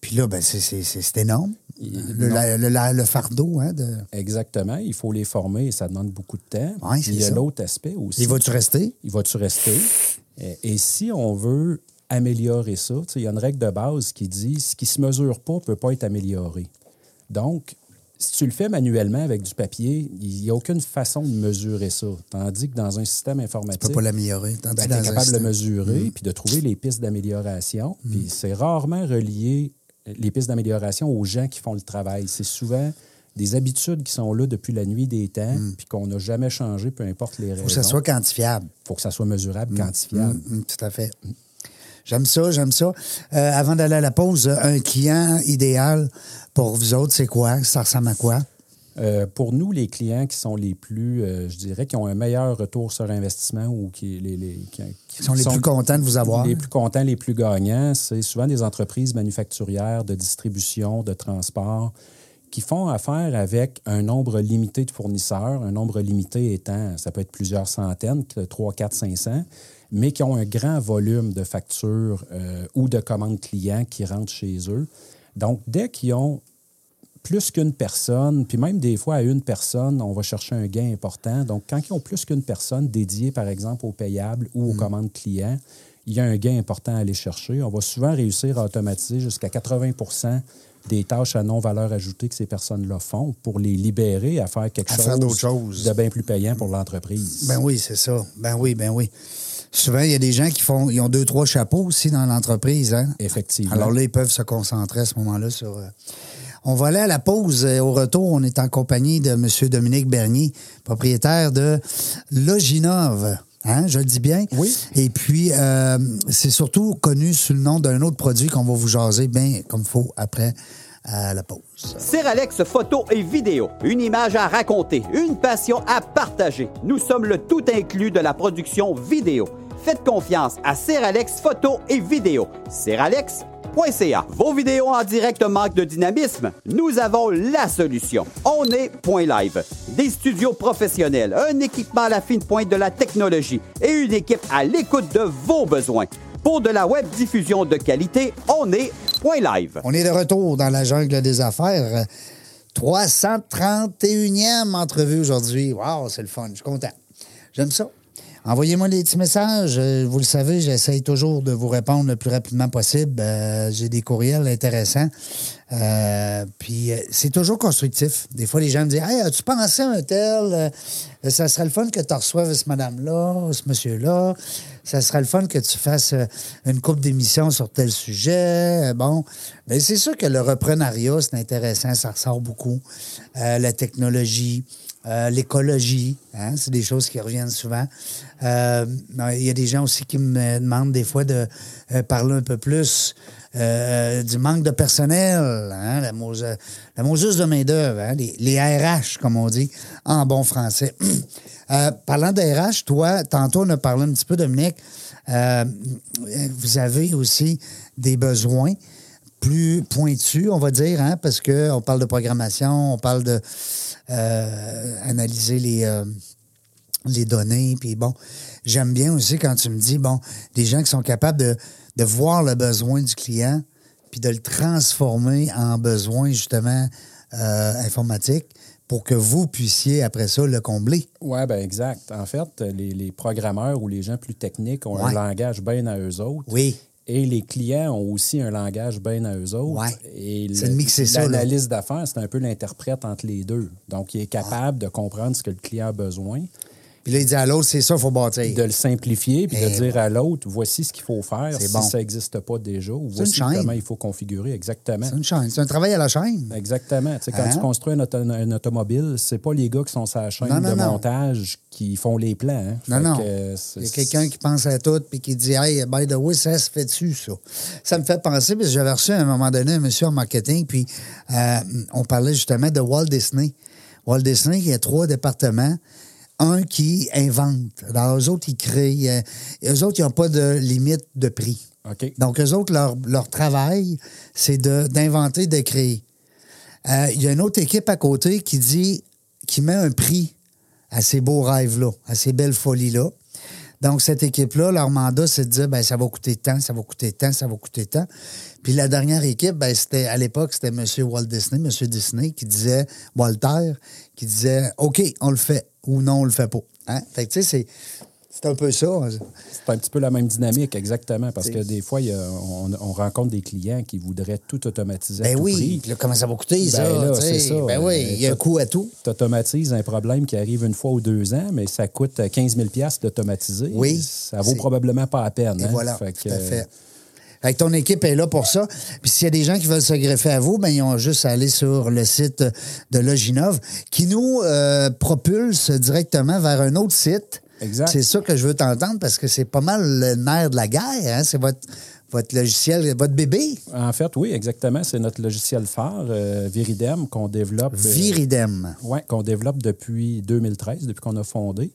Speaker 2: Puis là, ben, c'est- c'est c'est- c'est énorme. Le, la- le- la- le fardeau, hein, de...
Speaker 4: Exactement, il faut les former et ça demande beaucoup de temps.
Speaker 2: Ouais, c'est
Speaker 4: il y a
Speaker 2: ça.
Speaker 4: l'autre aspect aussi.
Speaker 2: Il va-tu rester?
Speaker 4: il va-tu rester? Et, et si on veut améliorer ça, tu sais, il y a une règle de base qui dit ce qui ne se mesure pas ne peut pas être amélioré. Donc, si tu le fais manuellement avec du papier, il n'y a aucune façon de mesurer ça. Tandis que dans un système informatique,
Speaker 2: Tu peux pas l'améliorer. Tandis
Speaker 4: ben,
Speaker 2: dans un
Speaker 4: t'es capable de
Speaker 2: système- Mm.
Speaker 4: mesurer, puis de trouver les pistes d'amélioration. Puis c'est rarement relié, les pistes d'amélioration, aux gens qui font le travail. C'est souvent des habitudes qui sont là depuis la nuit des temps, puis qu'on n'a jamais changé, peu importe les raisons.
Speaker 2: Mm. Faut que ça soit quantifiable.
Speaker 4: faut que ça soit mesurable, quantifiable.
Speaker 2: Mm, mm, tout à fait. J'aime ça, j'aime ça. Euh, avant d'aller à la pause, un client idéal pour vous autres, c'est quoi? Ça ressemble à quoi?
Speaker 4: Euh, pour nous, les clients qui sont les plus, euh, je dirais, qui ont un meilleur retour sur investissement ou qui, les, les- qui- qui
Speaker 2: Ils sont les plus contents de vous avoir.
Speaker 4: Les plus contents, les plus gagnants, c'est souvent des entreprises manufacturières, de distribution, de transport, qui font affaire avec un nombre limité de fournisseurs, un nombre limité étant, ça peut être plusieurs centaines, que 3, 4, 500, mais qui ont un grand volume de factures euh, ou de commandes clients qui rentrent chez eux. Donc, dès qu'ils ont plus qu'une personne, puis même des fois à une personne, on va chercher un gain important. Donc, quand ils ont plus qu'une personne dédiée, par exemple, aux payables ou aux
Speaker 2: Mm.
Speaker 4: commandes clients, il y a un gain important à aller chercher. On va souvent réussir à automatiser jusqu'à 80 des tâches à non-valeur ajoutée que ces personnes-là font pour les libérer à faire quelque
Speaker 2: À
Speaker 4: chose,
Speaker 2: faire d'autres choses.
Speaker 4: de bien plus payant pour l'entreprise.
Speaker 2: Ben oui, c'est ça. Ben oui, ben oui. Souvent, il y a des gens qui font, ils ont deux, trois chapeaux aussi dans l'entreprise. Hein?
Speaker 4: Effectivement.
Speaker 2: Alors là, ils peuvent se concentrer à ce moment-là sur. euh, On va aller à la pause. et Au retour, on est en compagnie de M. Dominique Bernier, propriétaire de Loginov. Hein, je le dis bien.
Speaker 4: Oui.
Speaker 2: Et puis, euh, c'est surtout connu sous le nom d'un autre produit qu'on va vous jaser bien comme faut après à la pause.
Speaker 5: Alex photo et vidéo. Une image à raconter, une passion à partager. Nous sommes le tout inclus de la production vidéo. Faites confiance à Alex photo et vidéo. Seralex.ca. Vos vidéos en direct manquent de dynamisme? Nous avons la solution. On est Point Live. Des studios professionnels, un équipement à la fine pointe de la technologie et une équipe à l'écoute de vos besoins. Pour de la web diffusion de qualité, on est Point Live.
Speaker 2: On est de retour dans la jungle des affaires. Euh, 331e entrevue aujourd'hui. Wow, c'est le fun. Je suis content. J'aime ça. Envoyez-moi des petits messages. Euh, Vous le savez, j'essaye toujours de vous répondre le plus rapidement possible. Euh, J'ai des courriels intéressants. Euh, puis euh, c'est toujours constructif. Des fois, les gens me disent Hey, as-tu pensé à un tel Euh, Ça serait le fun que tu reçoives ce madame-là, ce monsieur-là. Ça serait le fun que tu fasses euh, une coupe d'émissions sur tel sujet. Euh, Bon, mais c'est sûr que le reprenariat, c'est intéressant, ça ressort beaucoup. Euh, la technologie, euh, l'écologie, hein, c'est des choses qui reviennent souvent. Euh, non, Il y a des gens aussi qui me demandent des fois de euh, parler un peu plus euh, du manque de personnel, hein, la, mose- la moseuse de main-d'œuvre, hein, les, les RH, comme on dit en bon français. (clears throat) Euh, parlant de RH, toi, tantôt, on a parlé un petit peu, Dominique. Euh, vous avez aussi des besoins plus pointus, on va dire, hein, parce qu'on parle de programmation, on parle de euh, analyser les. euh, les données. Puis bon, j'aime bien aussi quand tu me dis, bon, des gens qui sont capables de, de voir le besoin du client puis de le transformer en besoin, justement, euh, informatique pour que vous puissiez, après ça, le combler.
Speaker 4: Oui, ben exact. En fait, les, les programmeurs ou les gens plus techniques ont
Speaker 2: Ouais.
Speaker 4: un langage bien à eux autres.
Speaker 2: Oui.
Speaker 4: Et les clients ont aussi un langage bien à eux autres.
Speaker 2: Ouais.
Speaker 4: Et
Speaker 2: C'est de mixer ça, là.
Speaker 4: L'analyse d'affaires, c'est un peu l'interprète entre les deux. Donc, il est
Speaker 2: Ah.
Speaker 4: capable de comprendre ce que le client a besoin,
Speaker 2: Puis là, il dit à l'autre, c'est ça, il faut bâtir.
Speaker 4: de le simplifier, puis de
Speaker 2: Eh
Speaker 4: dire à l'autre, voici ce qu'il faut faire
Speaker 2: C'est
Speaker 4: si
Speaker 2: bon.
Speaker 4: ça n'existe pas déjà, ou
Speaker 2: C'est
Speaker 4: voici
Speaker 2: une chaîne.
Speaker 4: comment il faut configurer exactement.
Speaker 2: C'est une chaîne. C'est un travail à la chaîne.
Speaker 4: Exactement. Tu sais, quand
Speaker 2: Hein?
Speaker 4: tu construis une, auto- une automobile, c'est pas les gars qui sont sur la chaîne
Speaker 2: Non, non,
Speaker 4: de
Speaker 2: non.
Speaker 4: montage qui font les plans. hein.
Speaker 2: Non,
Speaker 4: Fait
Speaker 2: non.
Speaker 4: que, euh, c'est-
Speaker 2: Il y a quelqu'un qui pense à tout puis qui dit Hey, by the way, ça se fait dessus, ça. Ça me fait penser, parce que j'avais reçu à un moment donné un monsieur en marketing, puis euh, on parlait justement de Walt Disney. Walt Disney, il y a trois départements. Un qui invente. Dans eux autres, ils créent. Euh, Eux autres, ils n'ont pas de limite de prix.
Speaker 4: OK.
Speaker 2: Donc, eux autres, leur, leur travail, c'est de- d'inventer, de, créer. Euh, Il y a une autre équipe à côté qui dit, qui met un prix à ces beaux rêves-là, à ces belles folies-là. Donc, cette équipe-là, leur mandat, c'est de dire, ben, ça va coûter tant, ça va coûter tant, ça va coûter tant. Puis la dernière équipe, ben, c'était, à l'époque, c'était M. Walt Disney, M. Disney, qui disait, Walter, qui disait, OK, on le fait, ou non, on le fait pas. Hein? Fait que, tu sais, c'est, C'est un peu ça.
Speaker 4: C'est un petit peu la même dynamique, exactement, parce que des fois, il y a- on, on rencontre des clients qui voudraient tout automatiser à
Speaker 2: Ben
Speaker 4: tout
Speaker 2: oui,
Speaker 4: prix.
Speaker 2: puis là, comment ça va coûter,
Speaker 4: Ben
Speaker 2: ça?
Speaker 4: là,
Speaker 2: tu sais?
Speaker 4: c'est ça.
Speaker 2: Ben oui,
Speaker 4: Euh,
Speaker 2: il y a un
Speaker 4: ça-
Speaker 2: coût à tout.
Speaker 4: Tu automatises un problème qui arrive une fois ou deux ans, mais ça coûte 15 000 d'automatiser.
Speaker 2: Oui,
Speaker 4: Ça vaut
Speaker 2: c'est-
Speaker 4: probablement pas la peine.
Speaker 2: Et
Speaker 4: hein.
Speaker 2: voilà,
Speaker 4: Fait que,
Speaker 2: tout à fait. Fait que ton équipe est là pour ça. Puis s'il y a des gens qui veulent se greffer à vous, ben, ils ont juste à aller sur le site de Loginov qui nous euh, propulse directement vers un autre site.
Speaker 4: Exact.
Speaker 2: C'est ça que je veux t'entendre parce que c'est pas mal le nerf de la guerre. hein. C'est votre, votre logiciel, votre bébé,
Speaker 4: En fait, oui, exactement. C'est notre logiciel phare, euh, Viridem, qu'on développe. euh,
Speaker 2: Viridem.
Speaker 4: Ouais, qu'on développe depuis 2013, depuis qu'on a fondé.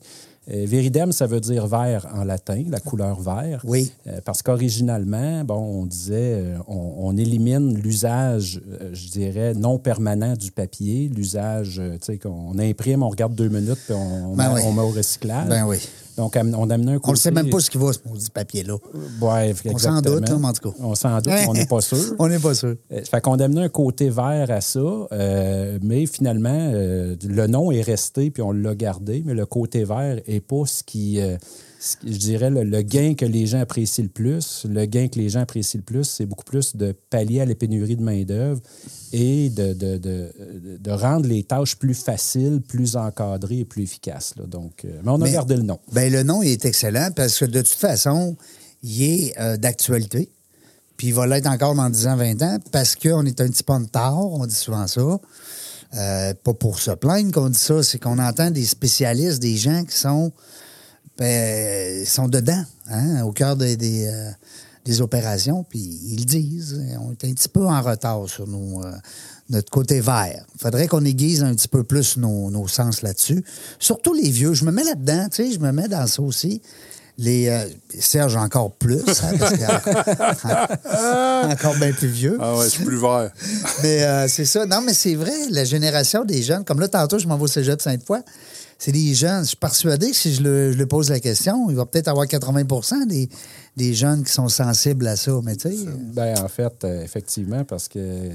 Speaker 4: Euh, Viridem, ça veut dire vert en latin, la couleur vert.
Speaker 2: Oui.
Speaker 4: Euh, parce qu'originalement, bon, on disait, euh, on, on élimine l'usage, euh, je dirais, non permanent du papier, l'usage, euh, tu sais, qu'on imprime, on regarde deux minutes, puis on,
Speaker 2: Ben
Speaker 4: met,
Speaker 2: oui.
Speaker 4: on met au recyclage.
Speaker 2: Ben oui.
Speaker 4: Donc, am- on amenait un
Speaker 2: On ne sait même pas
Speaker 4: ce
Speaker 2: ce qui va ce maudit papier-là.
Speaker 4: qu'on
Speaker 2: On s'en doute, là, mais en tout cas.
Speaker 4: On s'en doute, on n'est pas sûr.
Speaker 2: (laughs) on n'est pas sûr.
Speaker 4: Euh, Fait qu'on a amené un côté vert à ça, euh, mais finalement, euh, le nom est resté, puis on l'a gardé, mais le côté vert n'est pas ce qui, euh, ce qui- je dirais, le, le gain que les gens apprécient le plus. Le gain que les gens apprécient le plus, c'est beaucoup plus de pallier à les pénuries de main-d'œuvre et de, de, de- de rendre les tâches plus faciles, plus encadrées et plus efficaces. là. Donc, euh, mais on a
Speaker 2: Mais-
Speaker 4: gardé le nom.
Speaker 2: Ben, le nom, il est excellent parce que de toute façon, il est euh, d'actualité. Puis il va l'être encore dans 10 ans, 20 ans parce qu'on est un petit peu en retard, on dit souvent ça. Euh, pas pour se plaindre qu'on dit ça, c'est qu'on entend des spécialistes, des gens qui sont, ben, ils sont dedans, hein, au cœur des, des, euh, des opérations, puis ils le disent. hein, On est un petit peu en retard sur nos, euh, notre côté vert. Il faudrait qu'on aiguise un petit peu plus nos, nos sens là-dessus. Surtout les vieux. Je me mets là-dedans, tu sais, je me mets dans ça aussi. Les euh, Serge encore plus, hein, parce que- (laughs) encore bien plus vieux.
Speaker 3: Ah ouais, je suis plus vert.
Speaker 2: Mais euh, c'est ça. Non, mais c'est vrai, la génération des jeunes, comme là, tantôt, je m'en vais au cégep Sainte-Foy, c'est des jeunes. Je suis persuadé que si je le, je le pose la question, il va peut-être avoir 80 des, des jeunes qui sont sensibles à ça. Mais tu sais,
Speaker 4: Ben, en fait, euh, effectivement, parce que, euh,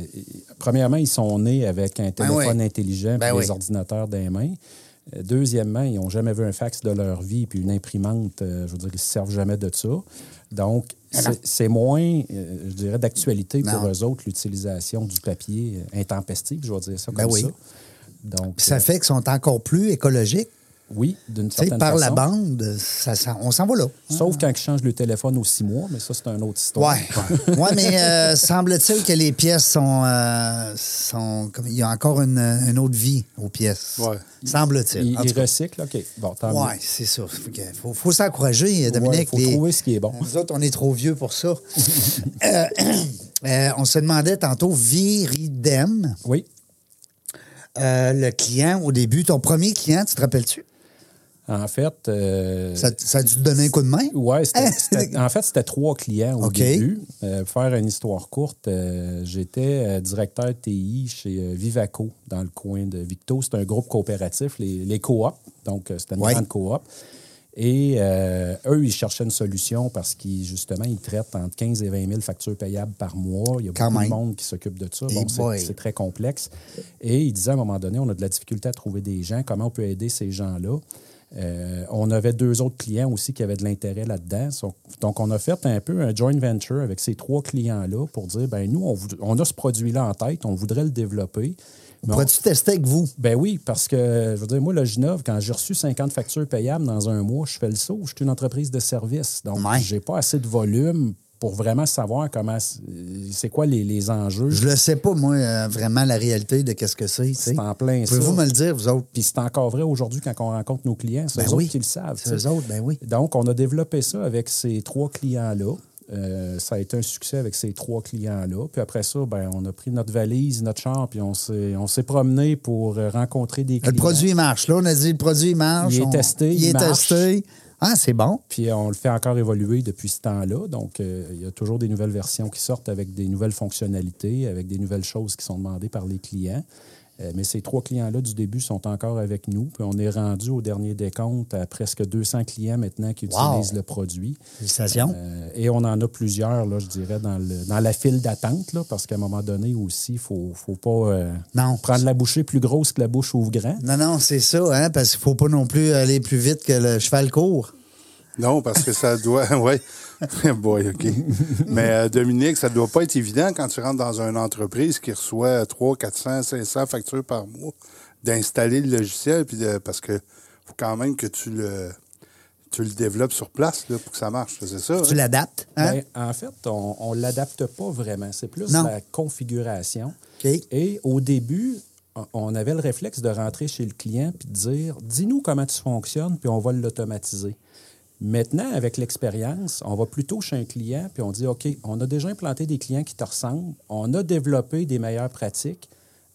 Speaker 4: premièrement, ils sont nés avec un téléphone
Speaker 2: Ben oui.
Speaker 4: intelligent
Speaker 2: Ben
Speaker 4: puis
Speaker 2: oui.
Speaker 4: des ordinateurs dans les mains. Euh, Deuxièmement, ils n'ont jamais vu un fax de leur vie puis une imprimante. euh, je veux dire, ils ne se servent jamais de ça. Donc, c'est- c'est moins, euh, je dirais, d'actualité pour
Speaker 2: Ah Non.
Speaker 4: eux autres, l'utilisation du papier euh, intempestif, je vais dire ça comme
Speaker 2: Ben oui.
Speaker 4: ça. Donc,
Speaker 2: puis ça
Speaker 4: euh,
Speaker 2: fait qu'ils sont encore plus écologiques.
Speaker 4: oui, d'une
Speaker 2: Tu sais,
Speaker 4: certaine
Speaker 2: par
Speaker 4: façon.
Speaker 2: la bande, ça, s'en- on s'en va là.
Speaker 4: Sauf quand ils changent le téléphone aux six mois, mais ça, c'est une autre histoire.
Speaker 2: Ouais. ouais, mais euh, semble-t-il que les pièces sont. euh, sont comme, il y a encore une, une autre vie aux pièces.
Speaker 3: Ouais.
Speaker 2: Semble-t-il.
Speaker 4: Ils,
Speaker 2: En
Speaker 4: ils
Speaker 2: tout cas.
Speaker 4: recyclent, OK. Bon, tant mieux.
Speaker 2: Oui, c'est ça. Faut que- faut, faut s'encourager, Dominique.
Speaker 4: faut trouver ce qui est bon.
Speaker 2: Nous autres, on est trop vieux pour
Speaker 4: (laughs)
Speaker 2: ça. Euh, (clears throat) euh, on se demandait tantôt, Viridem,
Speaker 4: Oui.
Speaker 2: euh, le client au début, ton premier client, tu te rappelles-tu?
Speaker 4: Euh, En fait, euh,
Speaker 2: Ça, ça a dû te donner un coup de main?
Speaker 4: ouais,
Speaker 2: (laughs)
Speaker 4: c'était- c'était- en fait, c'était trois clients au
Speaker 2: OK.
Speaker 4: début. Euh, pour faire une histoire courte, euh, j'étais euh, directeur TI chez euh, Vivaco, dans le coin de Victo. C'est un groupe coopératif, les, les coops. Donc, euh, c'était une
Speaker 2: Ouais.
Speaker 4: grande coop. Et euh, eux, ils cherchaient une solution parce qu'ils, justement, ils traitent entre 15 000 et 20 000 factures payables par mois. Il y a
Speaker 2: Quand
Speaker 4: beaucoup
Speaker 2: même.
Speaker 4: de monde qui s'occupe de ça.
Speaker 2: Hey
Speaker 4: Bon, c'est-
Speaker 2: boy.
Speaker 4: c'est très complexe. Et il disait à un moment donné, on a de la difficulté à trouver des gens. Comment on peut aider ces gens-là? Euh, on avait deux autres clients aussi qui avaient de l'intérêt là-dedans. So- Donc, on a fait un peu un joint venture avec ces trois clients-là pour dire, ben nous, on, vou- on a ce produit-là en tête, on voudrait le développer. Mais on-
Speaker 2: Pourrais-tu tester avec vous?
Speaker 4: ben oui, parce que, je veux dire, moi, le Ginov, quand j'ai reçu 50 factures payables dans un mois, je fais le saut. Je suis une entreprise de service. Donc,
Speaker 2: Ouais.
Speaker 4: j'ai pas assez de volume pour vraiment savoir comment, c- c'est quoi les, les enjeux.
Speaker 2: Je le sais pas, moi, euh, vraiment, la réalité de qu'est-ce que c'est. tu sais.
Speaker 4: C'est en plein ça.
Speaker 2: Pouvez-vous me le dire, vous autres?
Speaker 4: Puis c'est encore vrai aujourd'hui quand on rencontre nos clients. C'est
Speaker 2: Ben
Speaker 4: eux
Speaker 2: oui.
Speaker 4: autres qui le savent.
Speaker 2: C'est
Speaker 4: tu sais.
Speaker 2: eux autres, ben oui.
Speaker 4: Donc, on a développé ça avec ces trois clients-là. Euh, ça a été un succès avec ces trois clients-là. Puis après ça, ben, on a pris notre valise, notre char, puis on s'est on s'est promené pour euh, rencontrer des clients.
Speaker 2: Le produit marche. Là, on a dit le produit marche.
Speaker 4: Il est
Speaker 2: on-
Speaker 4: testé,
Speaker 2: Il
Speaker 4: il
Speaker 2: est
Speaker 4: marche. Euh,
Speaker 2: testé. Ah, c'est bon.
Speaker 4: Puis on le fait encore évoluer depuis ce temps-là. Donc, euh, il y a toujours des nouvelles versions qui sortent avec des nouvelles fonctionnalités, avec des nouvelles choses qui sont demandées par les clients. Euh, mais ces trois clients-là du début sont encore avec nous. Puis on est rendu au dernier décompte à presque 200 clients maintenant qui
Speaker 2: Wow!
Speaker 4: utilisent le produit.
Speaker 2: Félicitations.
Speaker 4: Euh, et on en a plusieurs, là, je dirais, dans, le- dans la file d'attente, là, parce qu'à un moment donné aussi, il ne faut, faut pas euh,
Speaker 2: Non.
Speaker 4: prendre la bouchée plus grosse que la bouche ouvre grand.
Speaker 2: Non, non, c'est ça, hein, parce qu'il faut pas non plus aller plus vite que le cheval court.
Speaker 3: Non, parce que ça doit. (laughs) Oui. Boy, OK. Mais euh, Dominique, ça doit pas être évident quand tu rentres dans une entreprise qui reçoit 300, 400, 500 factures par mois d'installer le logiciel, puis de- parce que faut quand même que tu le, tu le développes sur place là, pour que ça marche. C'est ça?
Speaker 2: Tu
Speaker 3: hein?
Speaker 2: l'adaptes. Hein?
Speaker 4: Ben, en fait, on ne l'adapte pas vraiment. C'est plus
Speaker 2: Non.
Speaker 4: la configuration.
Speaker 2: OK.
Speaker 4: Et au début, on- on avait le réflexe de rentrer chez le client puis de dire Dis-nous comment tu fonctionnes, puis on va l'automatiser. Maintenant, avec l'expérience, on va plutôt chez un client puis on dit OK, on a déjà implanté des clients qui te ressemblent, on a développé des meilleures pratiques.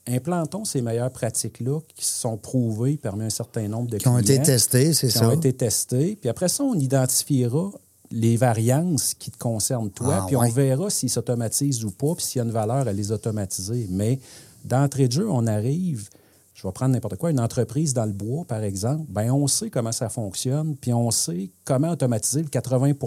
Speaker 4: Implantons ces meilleures pratiques-là qui se sont prouvées parmi un certain nombre de
Speaker 2: Qui ont été
Speaker 4: clients,
Speaker 2: testées, c'est
Speaker 4: qui
Speaker 2: ça.
Speaker 4: ont été testés. Puis après ça, on identifiera les variances qui te concernent toi,
Speaker 2: Ah,
Speaker 4: puis
Speaker 2: ouais.
Speaker 4: on verra s'ils s'automatisent ou pas, puis s'il y a une valeur à les automatiser. Mais d'entrée de jeu, on arrive, je vais prendre n'importe quoi, une entreprise dans le bois, par exemple, ben on sait comment ça fonctionne, puis on sait comment automatiser le 80 Tu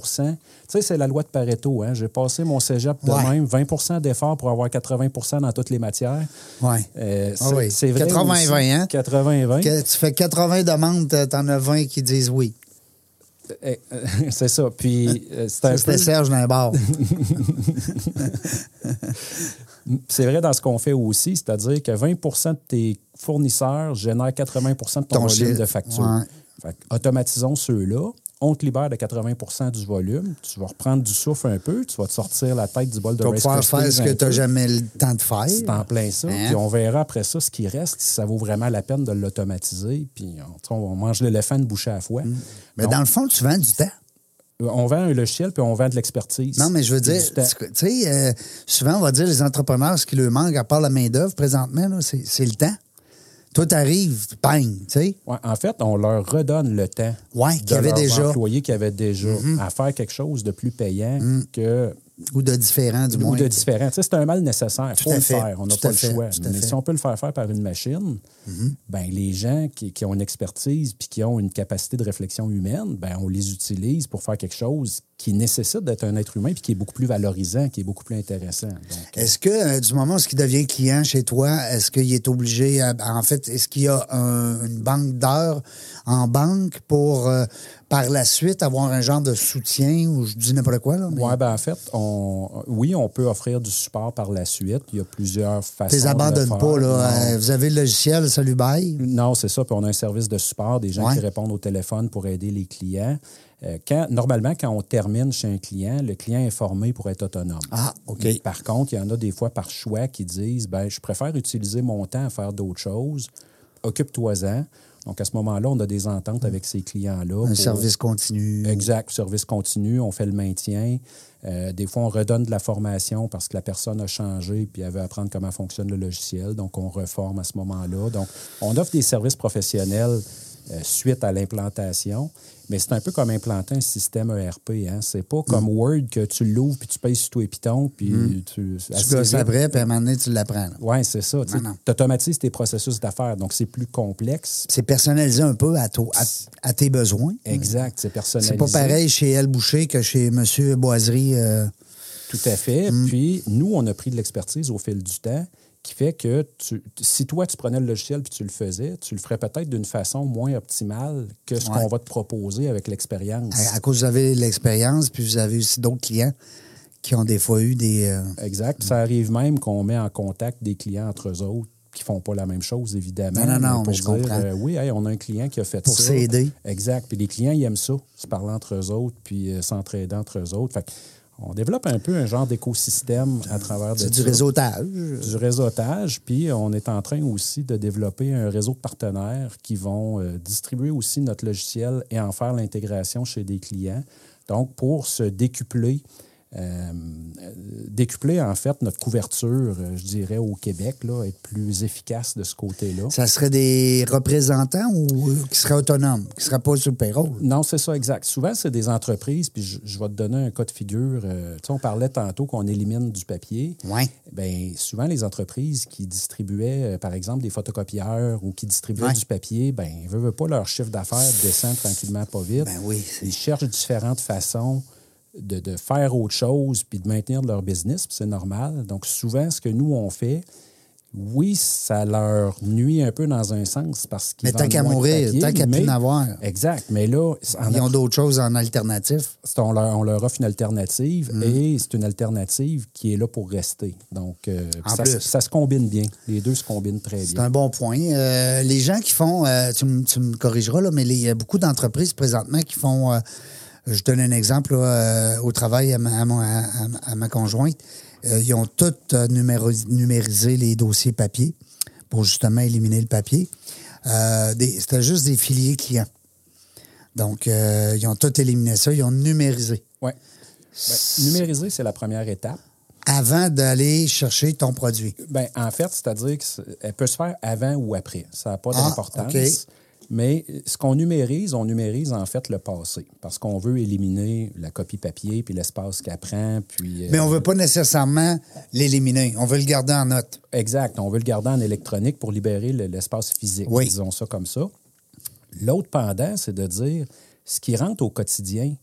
Speaker 4: sais, c'est la loi de Pareto. Hein? J'ai passé mon cégep de
Speaker 2: Ouais.
Speaker 4: même, 20 d'efforts pour avoir 80 dans toutes les matières.
Speaker 2: Ouais.
Speaker 4: Euh,
Speaker 2: Ah
Speaker 4: c'est-
Speaker 2: oui.
Speaker 4: c'est vrai
Speaker 2: 80-20,
Speaker 4: aussi.
Speaker 2: hein?
Speaker 4: 80-20.
Speaker 2: Que tu fais 80 demandes, t'as- t'en as 20 qui disent oui.
Speaker 4: Eh, euh, (laughs) c'est ça. Puis euh, c'est un
Speaker 2: C'était
Speaker 4: peu- Ben,
Speaker 2: Serge
Speaker 4: (laughs)
Speaker 2: Limbard.
Speaker 4: c'est vrai dans ce qu'on fait aussi, c'est-à-dire que 20 de tes fournisseurs génèrent 80 de ton,
Speaker 2: Ton
Speaker 4: volume
Speaker 2: chiffre,
Speaker 4: de facture.
Speaker 2: ouais.
Speaker 4: Fait que automatisons ceux-là. On te libère de 80 du volume. Tu vas reprendre du souffle un peu. Tu vas te sortir la tête du bol de
Speaker 2: Tu vas
Speaker 4: Rice
Speaker 2: pouvoir
Speaker 4: Krispies
Speaker 2: faire ce
Speaker 4: un
Speaker 2: que tu
Speaker 4: peu.
Speaker 2: n'as jamais le temps de faire.
Speaker 4: C'est en plein ça.
Speaker 2: Hein?
Speaker 4: Puis on verra après ça ce qui reste, si ça vaut vraiment la peine de l'automatiser. Puis on, tu sais, on mange l'éléphant de bouchée à la fois.
Speaker 2: Mais
Speaker 4: Donc,
Speaker 2: dans le fond, tu vends du temps.
Speaker 4: On vend un logiciel, puis on vend de l'expertise.
Speaker 2: Non, mais je veux
Speaker 4: Puis
Speaker 2: dire,
Speaker 4: du temps.
Speaker 2: tu tu sais, euh, souvent, on va dire les entrepreneurs, ce qui leur manque, à part la main-d'œuvre présentement, là, c'est c'est le temps. Toi, t'arrives, bang, tu sais.
Speaker 4: Ouais, en fait, on leur redonne le temps
Speaker 2: Ouais,
Speaker 4: de
Speaker 2: qu'il y avait
Speaker 4: leurs
Speaker 2: déjà. Mm-hmm.
Speaker 4: employés qui avaient déjà à faire quelque chose de plus payant que
Speaker 2: Ou de différent, du
Speaker 4: ou
Speaker 2: Mm. moins.
Speaker 4: de différent. Tu sais, c'est un mal nécessaire. Il
Speaker 2: Tout
Speaker 4: faut
Speaker 2: à
Speaker 4: le
Speaker 2: fait,
Speaker 4: faire. On n'a
Speaker 2: tout
Speaker 4: pas
Speaker 2: à
Speaker 4: le
Speaker 2: fait,
Speaker 4: choix.
Speaker 2: tout à
Speaker 4: Mais
Speaker 2: fait. Mm-hmm.
Speaker 4: si on peut le faire faire par une machine, ben, les gens qui, qui ont une expertise puis qui ont une capacité de réflexion humaine, ben, on les utilise pour faire quelque chose qui nécessite d'être un être humain puis qui est beaucoup plus valorisant, qui est beaucoup plus intéressant. Donc,
Speaker 2: Est-ce que, euh, du moment où il devient client chez toi, est-ce qu'il est obligé, à- en fait, est-ce qu'il y a un- une banque d'heures en banque pour, euh, par la suite, avoir un genre de soutien ou je dis n'importe quoi, là? mais-
Speaker 4: Ouais, ben en fait, on, oui, on peut offrir du support par la suite. Il y a plusieurs façons.
Speaker 2: Tu les
Speaker 4: de le
Speaker 2: abandonnes
Speaker 4: faire.
Speaker 2: pas, là.
Speaker 4: Non.
Speaker 2: Euh, vous avez le logiciel, ça lui baille.
Speaker 4: Non, c'est ça. Puis on a un service de support, des gens
Speaker 2: Ouais.
Speaker 4: qui répondent au téléphone pour aider les clients. Euh, quand, normalement, quand on termine chez un client, le client est formé pour être autonome.
Speaker 2: Ah, OK.
Speaker 4: Mais par contre, il y en a des fois par choix qui disent ben, je préfère utiliser mon temps à faire d'autres choses, occupe-toi-en. Donc, à ce moment-là, on a des ententes avec ces clients-là.
Speaker 2: Un
Speaker 4: pour-
Speaker 2: service continu.
Speaker 4: Exact, service continu, on fait le maintien. Euh, des fois, on redonne de la formation parce que la personne a changé puis elle veut apprendre comment fonctionne le logiciel. Donc, on reforme à ce moment-là. Donc, on offre des services professionnels euh, suite à l'implantation. Mais c'est un peu comme implanter un système ERP. Hein? C'est pas comme
Speaker 2: Mm.
Speaker 4: Word que tu l'ouvres puis tu payes sur tous les pitons. Puis tu,
Speaker 2: Tu
Speaker 4: assez
Speaker 2: gosses
Speaker 4: vite,
Speaker 2: après, puis à un moment donné, tu l'apprends. là.
Speaker 4: oui, c'est ça.
Speaker 2: Non, non.
Speaker 4: Tu automatises tes processus d'affaires. Donc, c'est plus complexe.
Speaker 2: C'est personnalisé un peu à, toi- à, à tes besoins.
Speaker 4: Exact, c'est personnalisé.
Speaker 2: C'est pas pareil chez Elle Boucher que chez M. Boiserie. euh,
Speaker 4: Tout à fait.
Speaker 2: Mm.
Speaker 4: Puis nous, on a pris de l'expertise au fil du temps qui fait que tu- si toi, tu prenais le logiciel puis tu le faisais, tu le ferais peut-être d'une façon moins optimale que ce
Speaker 2: Ouais.
Speaker 4: qu'on va te proposer avec l'expérience.
Speaker 2: à, à cause vous avez l'expérience, puis vous avez aussi d'autres clients qui ont des fois eu des. euh,
Speaker 4: Exact. Ça arrive même qu'on met en contact des clients entre eux autres qui font pas la même chose, évidemment.
Speaker 2: Non, non, non,
Speaker 4: pour
Speaker 2: mais je
Speaker 4: dire,
Speaker 2: comprends.
Speaker 4: euh, oui, hey, on a un client qui a fait
Speaker 2: Pour
Speaker 4: ça.
Speaker 2: s'aider.
Speaker 4: Exact. Puis les clients, ils aiment ça, se parler entre eux autres, puis euh, s'entraider entre eux autres. Fait que on développe un peu un genre d'écosystème à travers de
Speaker 2: du
Speaker 4: ça.
Speaker 2: réseautage.
Speaker 4: du réseautage, puis on est en train aussi de développer un réseau de partenaires qui vont euh, distribuer aussi notre logiciel et en faire l'intégration chez des clients. Donc, pour se décupler, euh, euh, décupler en fait notre couverture, euh, je dirais, au Québec, là, être plus efficace de ce côté-là.
Speaker 2: Ça serait des représentants ou euh, qui seraient autonomes, qui ne seraient pas sur le payroll.
Speaker 4: Non, c'est ça, exact. Souvent, c'est des entreprises, puis je, je vais te donner un cas de figure. Euh, tu sais, on parlait tantôt qu'on élimine du papier.
Speaker 2: Ouais.
Speaker 4: Bien, Ben, souvent, les entreprises qui distribuaient, euh, par exemple, des photocopieurs ou qui distribuaient
Speaker 2: Ouais.
Speaker 4: du papier, ben, ils veulent pas leur chiffre d'affaires descend tranquillement pas vite.
Speaker 2: Ben oui, c'est-
Speaker 4: Ils cherchent différentes façons de, de faire autre chose puis de maintenir leur business, puis c'est normal. Donc, souvent, ce que nous, on fait, oui, ça leur nuit un peu dans un sens parce qu'ils
Speaker 2: Mais tant
Speaker 4: vendent
Speaker 2: qu'à
Speaker 4: moins de
Speaker 2: mourir,
Speaker 4: papier,
Speaker 2: tant qu'à plus
Speaker 4: mais-
Speaker 2: en avoir.
Speaker 4: Exact. Mais là, en
Speaker 2: Ils ont d'autres choses en alternatif.
Speaker 4: c'est- on leur, on leur offre une alternative
Speaker 2: Mm.
Speaker 4: et c'est une alternative qui est là pour rester. Donc, euh,
Speaker 2: En
Speaker 4: ça,
Speaker 2: plus.
Speaker 4: se- ça se combine bien. Les deux se combinent très
Speaker 2: C'est
Speaker 4: bien.
Speaker 2: un bon point. Euh, les gens qui font, euh, tu, me- tu me corrigeras, là, mais les- il y a beaucoup d'entreprises présentement qui font, euh, je donne un exemple là, euh, au travail à ma, à mon- à- à- à ma conjointe, Euh, ils ont tout euh, numéro- numérisé les dossiers papier pour justement éliminer le papier. Euh, des- C'était juste des filiers clients. Donc, euh, ils ont tout éliminé ça, ils ont numérisé.
Speaker 4: Ouais. Ben, numériser, c'est la première étape.
Speaker 2: Avant d'aller chercher ton produit.
Speaker 4: Ben, en fait, c'est-à-dire qu'elle peut se faire avant ou après. Ça n'a pas
Speaker 2: Ah,
Speaker 4: d'importance.
Speaker 2: OK.
Speaker 4: Mais ce qu'on numérise, on numérise en fait le passé. Parce qu'on veut éliminer la copie papier, puis l'espace qu'elle prend, puis... euh,
Speaker 2: Mais on ne veut pas nécessairement l'éliminer. On veut le garder en note.
Speaker 4: Exact. On veut le garder en électronique pour libérer le- l'espace physique.
Speaker 2: Oui.
Speaker 4: Disons ça comme ça. L'autre pendant, c'est de dire ce qui rentre au quotidien,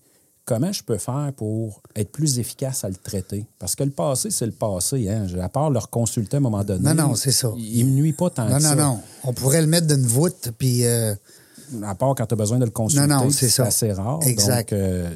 Speaker 4: comment je peux faire pour être plus efficace à le traiter? Parce que le passé, c'est le passé. Hein? Je- À part le consulter à un moment donné.
Speaker 2: Non, non, c'est ça.
Speaker 4: Il ne me nuit pas tant
Speaker 2: Non,
Speaker 4: que ça.
Speaker 2: non, non. On pourrait le mettre d'une voûte, puis euh,
Speaker 4: À part quand tu as besoin de le consulter,
Speaker 2: Non, non, c'est
Speaker 4: c'est
Speaker 2: ça.
Speaker 4: assez rare.
Speaker 2: Exact.
Speaker 4: Donc, euh,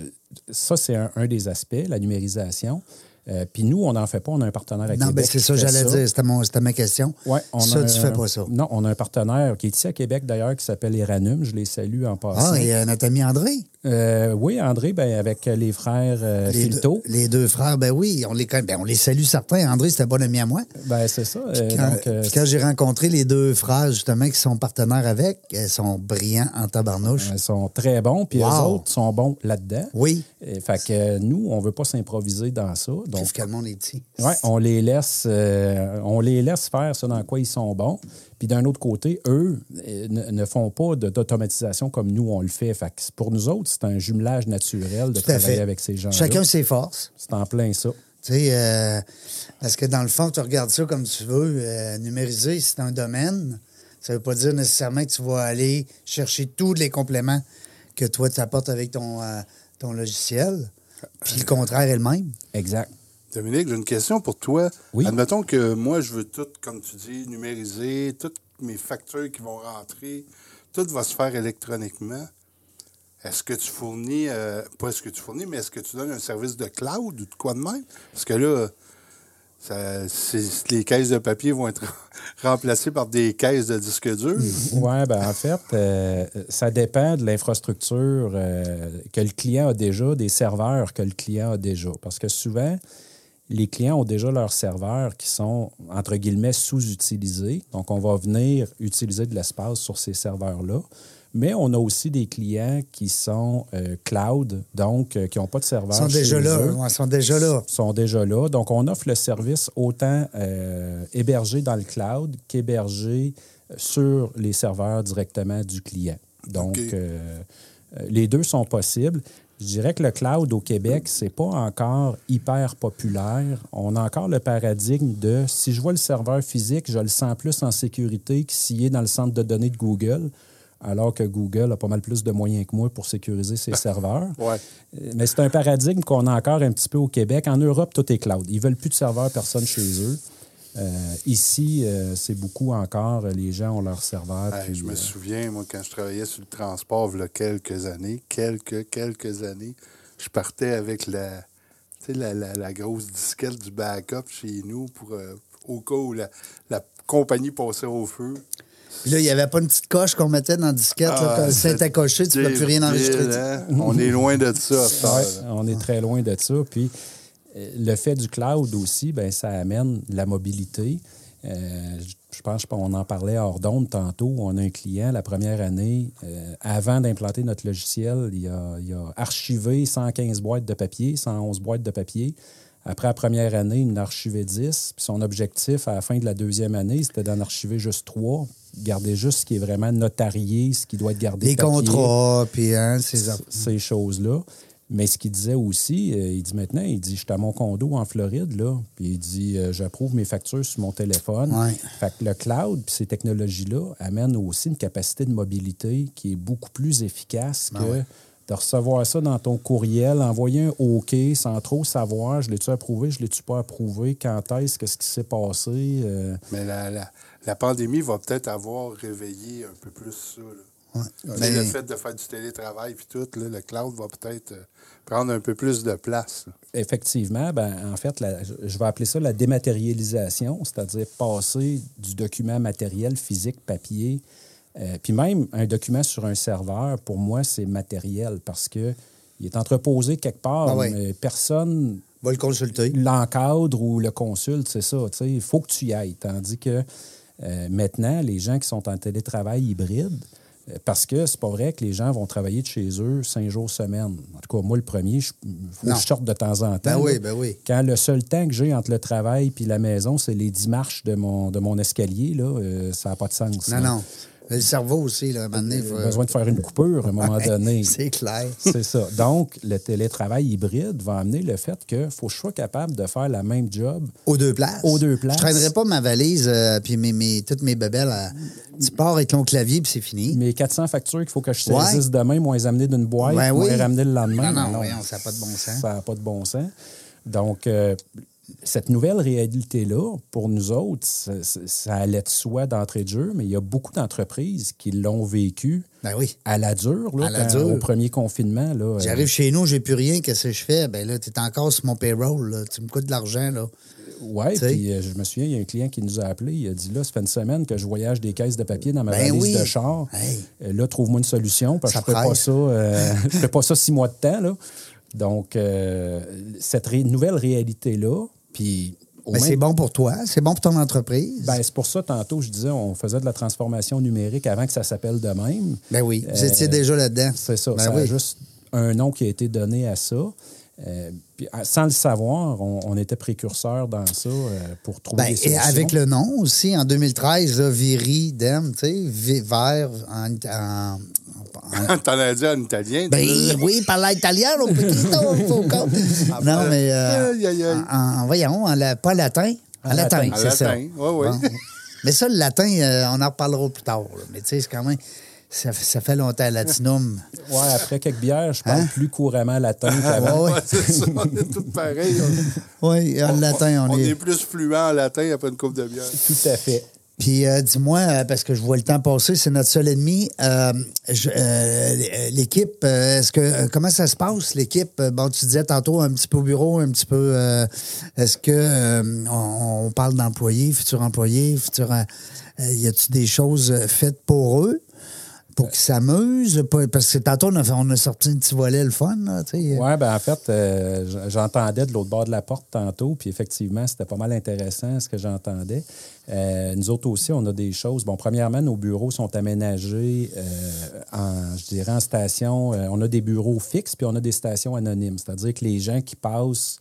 Speaker 4: ça, c'est un, un des aspects, la numérisation. Euh, Puis nous, on n'en fait pas. On a un partenaire avec
Speaker 2: non, ben, c'est ça que j'allais dire. C'était, mon- c'était ma question.
Speaker 4: Ouais, on
Speaker 2: ça,
Speaker 4: a
Speaker 2: tu
Speaker 4: un-
Speaker 2: fais pas ça.
Speaker 4: Non, on a un partenaire qui est ici à Québec d'ailleurs qui s'appelle Eranum. Je les salue en passant.
Speaker 2: Ah, et euh, notre ami André.
Speaker 4: Euh, oui, André, ben, avec les frères euh,
Speaker 2: Les deux,
Speaker 4: Filto.
Speaker 2: les deux frères, ben oui, on les, connaît. ben, on les salue certains. André, c'était un bon ami à moi.
Speaker 4: Ben, c'est ça. euh,
Speaker 2: Quand,
Speaker 4: donc, euh,
Speaker 2: puis quand j'ai rencontré les deux frères, justement, qui sont partenaires avec, elles sont brillants en tabarnouche.
Speaker 4: ils sont très bons, puis
Speaker 2: Wow.
Speaker 4: les autres sont bons là-dedans.
Speaker 2: Oui.
Speaker 4: Et, fait que euh, nous, on ne veut pas s'improviser dans ça. Donc,
Speaker 2: Sauf que le monde est petit.
Speaker 4: Ouais, on les laisse, euh, on les laisse faire ce dans quoi ils sont bons. Puis d'un autre côté, eux euh, ne, ne font pas de- d'automatisation comme nous on le fait. Fait que pour nous autres, c'est un jumelage naturel de
Speaker 2: Tout à
Speaker 4: travailler
Speaker 2: fait.
Speaker 4: avec ces gens.
Speaker 2: Chacun ses forces.
Speaker 4: c'est en plein ça.
Speaker 2: Tu sais, euh, parce que dans le fond, tu regardes ça comme tu veux. euh, numériser, c'est un domaine. Ça veut pas dire nécessairement que tu vas aller chercher tous les compléments que toi, tu apportes avec ton, euh, ton logiciel. Puis le contraire est le même.
Speaker 4: Exact.
Speaker 3: Dominique, j'ai une question pour toi.
Speaker 4: Oui.
Speaker 3: Admettons que moi, je veux tout, comme tu dis, numériser, toutes mes factures qui vont rentrer, tout va se faire électroniquement. Est-ce que tu fournis, euh, pas est-ce que tu fournis, mais est-ce que tu donnes un service de cloud ou de quoi de même? Parce que là, ça- c'est- les caisses de papier vont être (laughs) remplacées par des caisses de disques durs.
Speaker 4: Oui, ben en fait, euh, ça dépend de l'infrastructure euh, que le client a déjà, des serveurs que le client a déjà. Parce que souvent, les clients ont déjà leurs serveurs qui sont, entre guillemets, sous-utilisés. Donc, on va venir utiliser de l'espace sur ces serveurs-là. Mais on a aussi des clients qui sont euh, cloud, donc euh, qui n'ont pas de serveur.
Speaker 2: Ils sont
Speaker 4: chez
Speaker 2: déjà là.
Speaker 4: eux
Speaker 2: ouais, Ils sont déjà là.
Speaker 4: sont déjà là. Donc, on offre le service autant euh, hébergé dans le cloud qu'hébergé sur les serveurs directement du client. Donc,
Speaker 3: OK.
Speaker 4: euh, euh, les deux sont possibles. Je dirais que le cloud au Québec, c'est pas encore hyper populaire. On a encore le paradigme de si je vois le serveur physique, je le sens plus en sécurité que s'il est dans le centre de données de Google, alors que Google a pas mal plus de moyens que moi pour sécuriser ses serveurs.
Speaker 3: Ouais.
Speaker 4: Euh, Mais c'est un paradigme qu'on a encore un petit peu au Québec. En Europe, tout est cloud. Ils veulent plus de serveurs, personne chez eux. Euh, ici, euh, c'est beaucoup encore. euh, Les gens ont leur serveur.
Speaker 3: Hey,
Speaker 4: puis,
Speaker 3: je me
Speaker 4: euh,
Speaker 3: souviens, moi, quand je travaillais sur le transport, il y a quelques années, quelques, quelques années, je partais avec la, tu sais, la, la- la grosse disquette du backup chez nous pour, euh, au cas où la, la compagnie passait au feu.
Speaker 2: Puis là, il n'y avait pas une petite coche qu'on mettait dans le disquette. là,
Speaker 3: Ah,
Speaker 2: quand c'est accroché, tu ne peux plus rien enregistrer.
Speaker 3: débile, hein? On est loin de ça. à cette heure,
Speaker 4: Ouais,
Speaker 3: là.
Speaker 4: on est très loin de ça. Puis euh, le fait du cloud aussi, ben, ça amène la mobilité. Euh, je- je pense qu'on en parlait hors d'onde tantôt. On a un client la première année, euh, avant d'implanter notre logiciel, il a, il a archivé 115 boîtes de papier, 111 boîtes de papier. Après la première année, il en a archivé 10. Puis son objectif à la fin de la deuxième année, c'était d'en archiver juste 3, garder juste ce qui est vraiment notarié, ce qui doit être gardé.
Speaker 2: Les
Speaker 4: papier
Speaker 2: contrats, puis hein, ces aff-
Speaker 4: ces choses-là. Mais ce qu'il disait aussi, euh, il dit maintenant, il dit, je suis à mon condo en Floride, là. Puis il dit, euh, j'approuve mes factures sur mon téléphone.
Speaker 2: Ouais.
Speaker 4: Fait que le cloud, puis ces technologies-là, amènent aussi une capacité de mobilité qui est beaucoup plus efficace que de recevoir ça dans ton courriel, envoyer un OK sans trop savoir, je l'ai-tu approuvé, je l'ai-tu pas approuvé, quand est-ce, qu'est-ce qui s'est passé. euh,
Speaker 3: Mais la, la- la pandémie va peut-être avoir réveillé un peu plus ça. là. Tu sais,
Speaker 2: Mais-
Speaker 3: Le fait de faire du télétravail puis tout, là, le cloud va peut-être euh, prendre un peu plus de place. là.
Speaker 4: effectivement, ben, en fait, la- je- je vais appeler ça la dématérialisation, c'est-à-dire passer du document matériel, physique, papier, euh, puis même un document sur un serveur, pour moi, c'est matériel parce que il est entreposé quelque part,
Speaker 2: Ah ouais.
Speaker 4: mais personne
Speaker 2: Va le consulter.
Speaker 4: l'encadre ou le consulte, c'est ça. tu sais, Il faut que tu y ailles. Tandis que euh, maintenant, les gens qui sont en télétravail hybride, euh, parce que c'est pas vrai que les gens vont travailler de chez eux cinq jours semaine. En tout cas, moi, le premier, je- faut que
Speaker 2: Non.
Speaker 4: je sorte de temps en temps.
Speaker 2: Ben oui,
Speaker 4: là.
Speaker 2: ben oui.
Speaker 4: Quand le seul temps que j'ai entre le travail puis la maison, c'est les dix marches de mon, de mon escalier, là, euh, ça n'a pas de sens.
Speaker 2: Non,
Speaker 4: là.
Speaker 2: non. Le cerveau aussi, là, à un moment donné, faut- euh,
Speaker 4: J'ai besoin de faire une coupure à un moment
Speaker 2: (laughs) Ouais,
Speaker 4: donné.
Speaker 2: C'est clair.
Speaker 4: C'est ça. Donc, le télétravail hybride va amener le fait que faut que je sois capable de faire la même job
Speaker 2: Aux deux places.
Speaker 4: Aux deux places.
Speaker 2: Je traînerai pas ma valise euh, puis mes, mes- toutes mes bébelles. à- Tu pars avec ton clavier puis c'est fini.
Speaker 4: mes 400 factures qu'il faut que je
Speaker 2: Ouais.
Speaker 4: saisisse demain, moi les amener d'une boîte,
Speaker 2: Ben
Speaker 4: moi
Speaker 2: oui.
Speaker 4: les ramener le lendemain.
Speaker 2: Non, non, voyons, ça a pas de bon sens.
Speaker 4: Ça n'a pas de bon sens. Donc, euh, cette nouvelle réalité-là, pour nous autres, ça, ça- ça allait de soi d'entrée de jeu, mais il y a beaucoup d'entreprises qui l'ont vécu
Speaker 2: Ben oui.
Speaker 4: à la dure, là,
Speaker 2: À la
Speaker 4: quand-
Speaker 2: dure.
Speaker 4: au premier confinement. là, euh,
Speaker 2: J'arrive chez nous, j'ai plus rien, qu'est-ce que je fais? Ben là, t'es encore sur mon payroll, là. tu me coûtes de l'argent, là.
Speaker 4: Oui,
Speaker 2: Tu sais.
Speaker 4: puis euh, je me souviens, il y a un client qui nous a appelé. Il a dit Là, ça fait une semaine que je voyage des caisses de papier dans ma
Speaker 2: Ben
Speaker 4: valise
Speaker 2: oui.
Speaker 4: de char.
Speaker 2: Hey.
Speaker 4: Euh, Là, trouve-moi une solution parce que
Speaker 2: Ça
Speaker 4: je ne pas
Speaker 2: presse. (laughs)
Speaker 4: ça. euh, je fais pas ça six mois de temps. Là. Donc, euh, cette ré- nouvelle réalité-là, puis au
Speaker 2: Ben,
Speaker 4: même-
Speaker 2: c'est bon pour toi, c'est bon pour ton entreprise.
Speaker 4: ben, c'est pour ça, tantôt, je disais, on faisait de la transformation numérique avant que ça s'appelle de même.
Speaker 2: Ben oui, vous
Speaker 4: Euh,
Speaker 2: étiez déjà là-dedans.
Speaker 4: C'est ça.
Speaker 2: Ben
Speaker 4: ça a
Speaker 2: oui.
Speaker 4: juste un nom qui a été donné à ça. Euh, puis, à- sans le savoir, on, on était précurseur dans ça euh, pour trouver
Speaker 2: Ben,
Speaker 4: des
Speaker 2: et
Speaker 4: solutions.
Speaker 2: avec le nom aussi, en 2013, là, Viri, Dem, tu sais, vi- vert, en, en-
Speaker 4: (laughs)
Speaker 2: en-
Speaker 3: T'en as dit en italien.
Speaker 2: Ben
Speaker 3: tu-
Speaker 2: oui, par l'italien, au poquito, foco. Non, mais. euh,
Speaker 3: Aïe, aïe, aïe.
Speaker 2: En, en- voyons, en la- pas latin. En,
Speaker 4: En
Speaker 2: latin,
Speaker 4: latin.
Speaker 3: En
Speaker 2: c'est ça.
Speaker 3: latin, ouais, ouais.
Speaker 2: Mais ça, le latin, euh, on en reparlera plus tard. là. Mais tu sais, c'est quand même. Ça, ça fait longtemps, latinum.
Speaker 4: Ouais, après quelques bières, je
Speaker 2: Hein?
Speaker 4: parle plus couramment latin
Speaker 2: Ah,
Speaker 4: qu'avant.
Speaker 2: oui,
Speaker 3: Ouais, c'est ça, on est tous pareils.
Speaker 2: oui, (laughs) en latin, on,
Speaker 3: On
Speaker 2: est.
Speaker 3: est plus fluent en latin après une coupe de bière.
Speaker 4: Tout à fait.
Speaker 2: Puis euh, dis-moi, euh, parce que je vois le temps passer, c'est notre seul ennemi. euh, je- euh, l'équipe, euh, est-ce que euh, comment ça se passe, l'équipe? Euh, Bon, tu disais tantôt un petit peu au bureau, un petit peu euh, est-ce que euh, on, on parle d'employés, futurs employés, futurs euh, euh, y a-tu des choses euh, faites pour eux? Pour qu'ils s'amusent, Pas- parce que tantôt, on a, fait- on a sorti un petit volet le fun. Là, tu sais.
Speaker 4: Ouais, ben en fait, euh, j- j'entendais de l'autre bord de la porte tantôt, puis effectivement, c'était pas mal intéressant ce que j'entendais. Euh, nous autres aussi, on a des choses. Bon, premièrement, nos bureaux sont aménagés euh, en, je dirais, en station. euh, on a des bureaux fixes, puis on a des stations anonymes. C'est-à-dire que les gens qui passent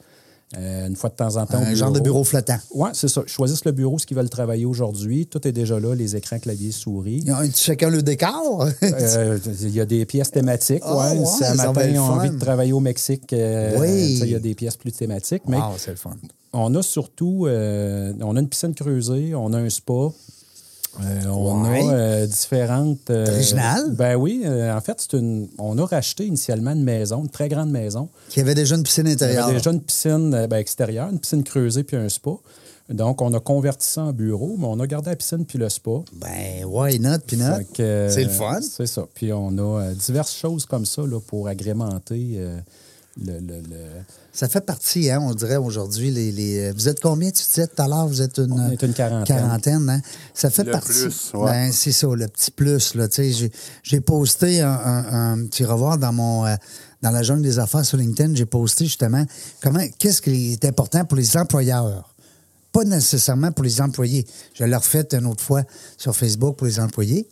Speaker 4: euh, une fois de temps en temps. au
Speaker 2: un genre de bureau flottant.
Speaker 4: Oui, c'est ça. Ils choisissent le bureau, ce qu'ils veulent travailler aujourd'hui. Tout est déjà là, les écrans, clavier, souris.
Speaker 2: Ils ont chacun le décor. (laughs)
Speaker 4: Euh, Il y a des pièces thématiques.
Speaker 2: Ah,
Speaker 4: ouais.
Speaker 2: ouais,
Speaker 4: Si
Speaker 2: ça
Speaker 4: un
Speaker 2: va
Speaker 4: matin,
Speaker 2: être
Speaker 4: ils ont
Speaker 2: fun.
Speaker 4: envie de travailler au Mexique, euh,
Speaker 2: Oui.
Speaker 4: tu sais, il y a des pièces plus thématiques. Mais
Speaker 2: Wow, c'est le fun.
Speaker 4: on a surtout, euh, on a une piscine creusée, on a un spa. euh, on
Speaker 2: Ouais.
Speaker 4: a euh, différentes. euh,
Speaker 2: Original.
Speaker 4: Ben oui, euh, en fait, c'est une. On a racheté initialement une maison, une très grande maison.
Speaker 2: Il y avait déjà une piscine
Speaker 4: Il y
Speaker 2: intérieure.
Speaker 4: avait déjà une piscine euh, ben, extérieure, une piscine creusée puis un spa. Donc, on a converti ça en bureau, mais on a gardé la piscine puis le spa.
Speaker 2: Ben, why not, Pinot?
Speaker 4: Fait que, euh,
Speaker 2: c'est le fun.
Speaker 4: C'est ça. Puis on a euh, diverses choses comme ça là, pour agrémenter euh, le, le- le-
Speaker 2: Ça fait partie, hein, on dirait aujourd'hui. Les, les- euh, Vous êtes combien, tu disais tout à l'heure? Vous êtes une,
Speaker 4: On est une quarantaine.
Speaker 2: quarantaine, hein? Ça fait
Speaker 3: Le
Speaker 2: partie.
Speaker 3: plus, ouais.
Speaker 2: Ben, c'est ça, le petit plus. Là, tu sais, j'ai, j'ai posté un, un- un petit revoir dans mon euh, dans la jungle des affaires sur LinkedIn. J'ai posté justement comment qu'est-ce qui est important pour les employeurs. Pas nécessairement pour les employés. Je l'ai refait une autre fois sur Facebook pour les employés.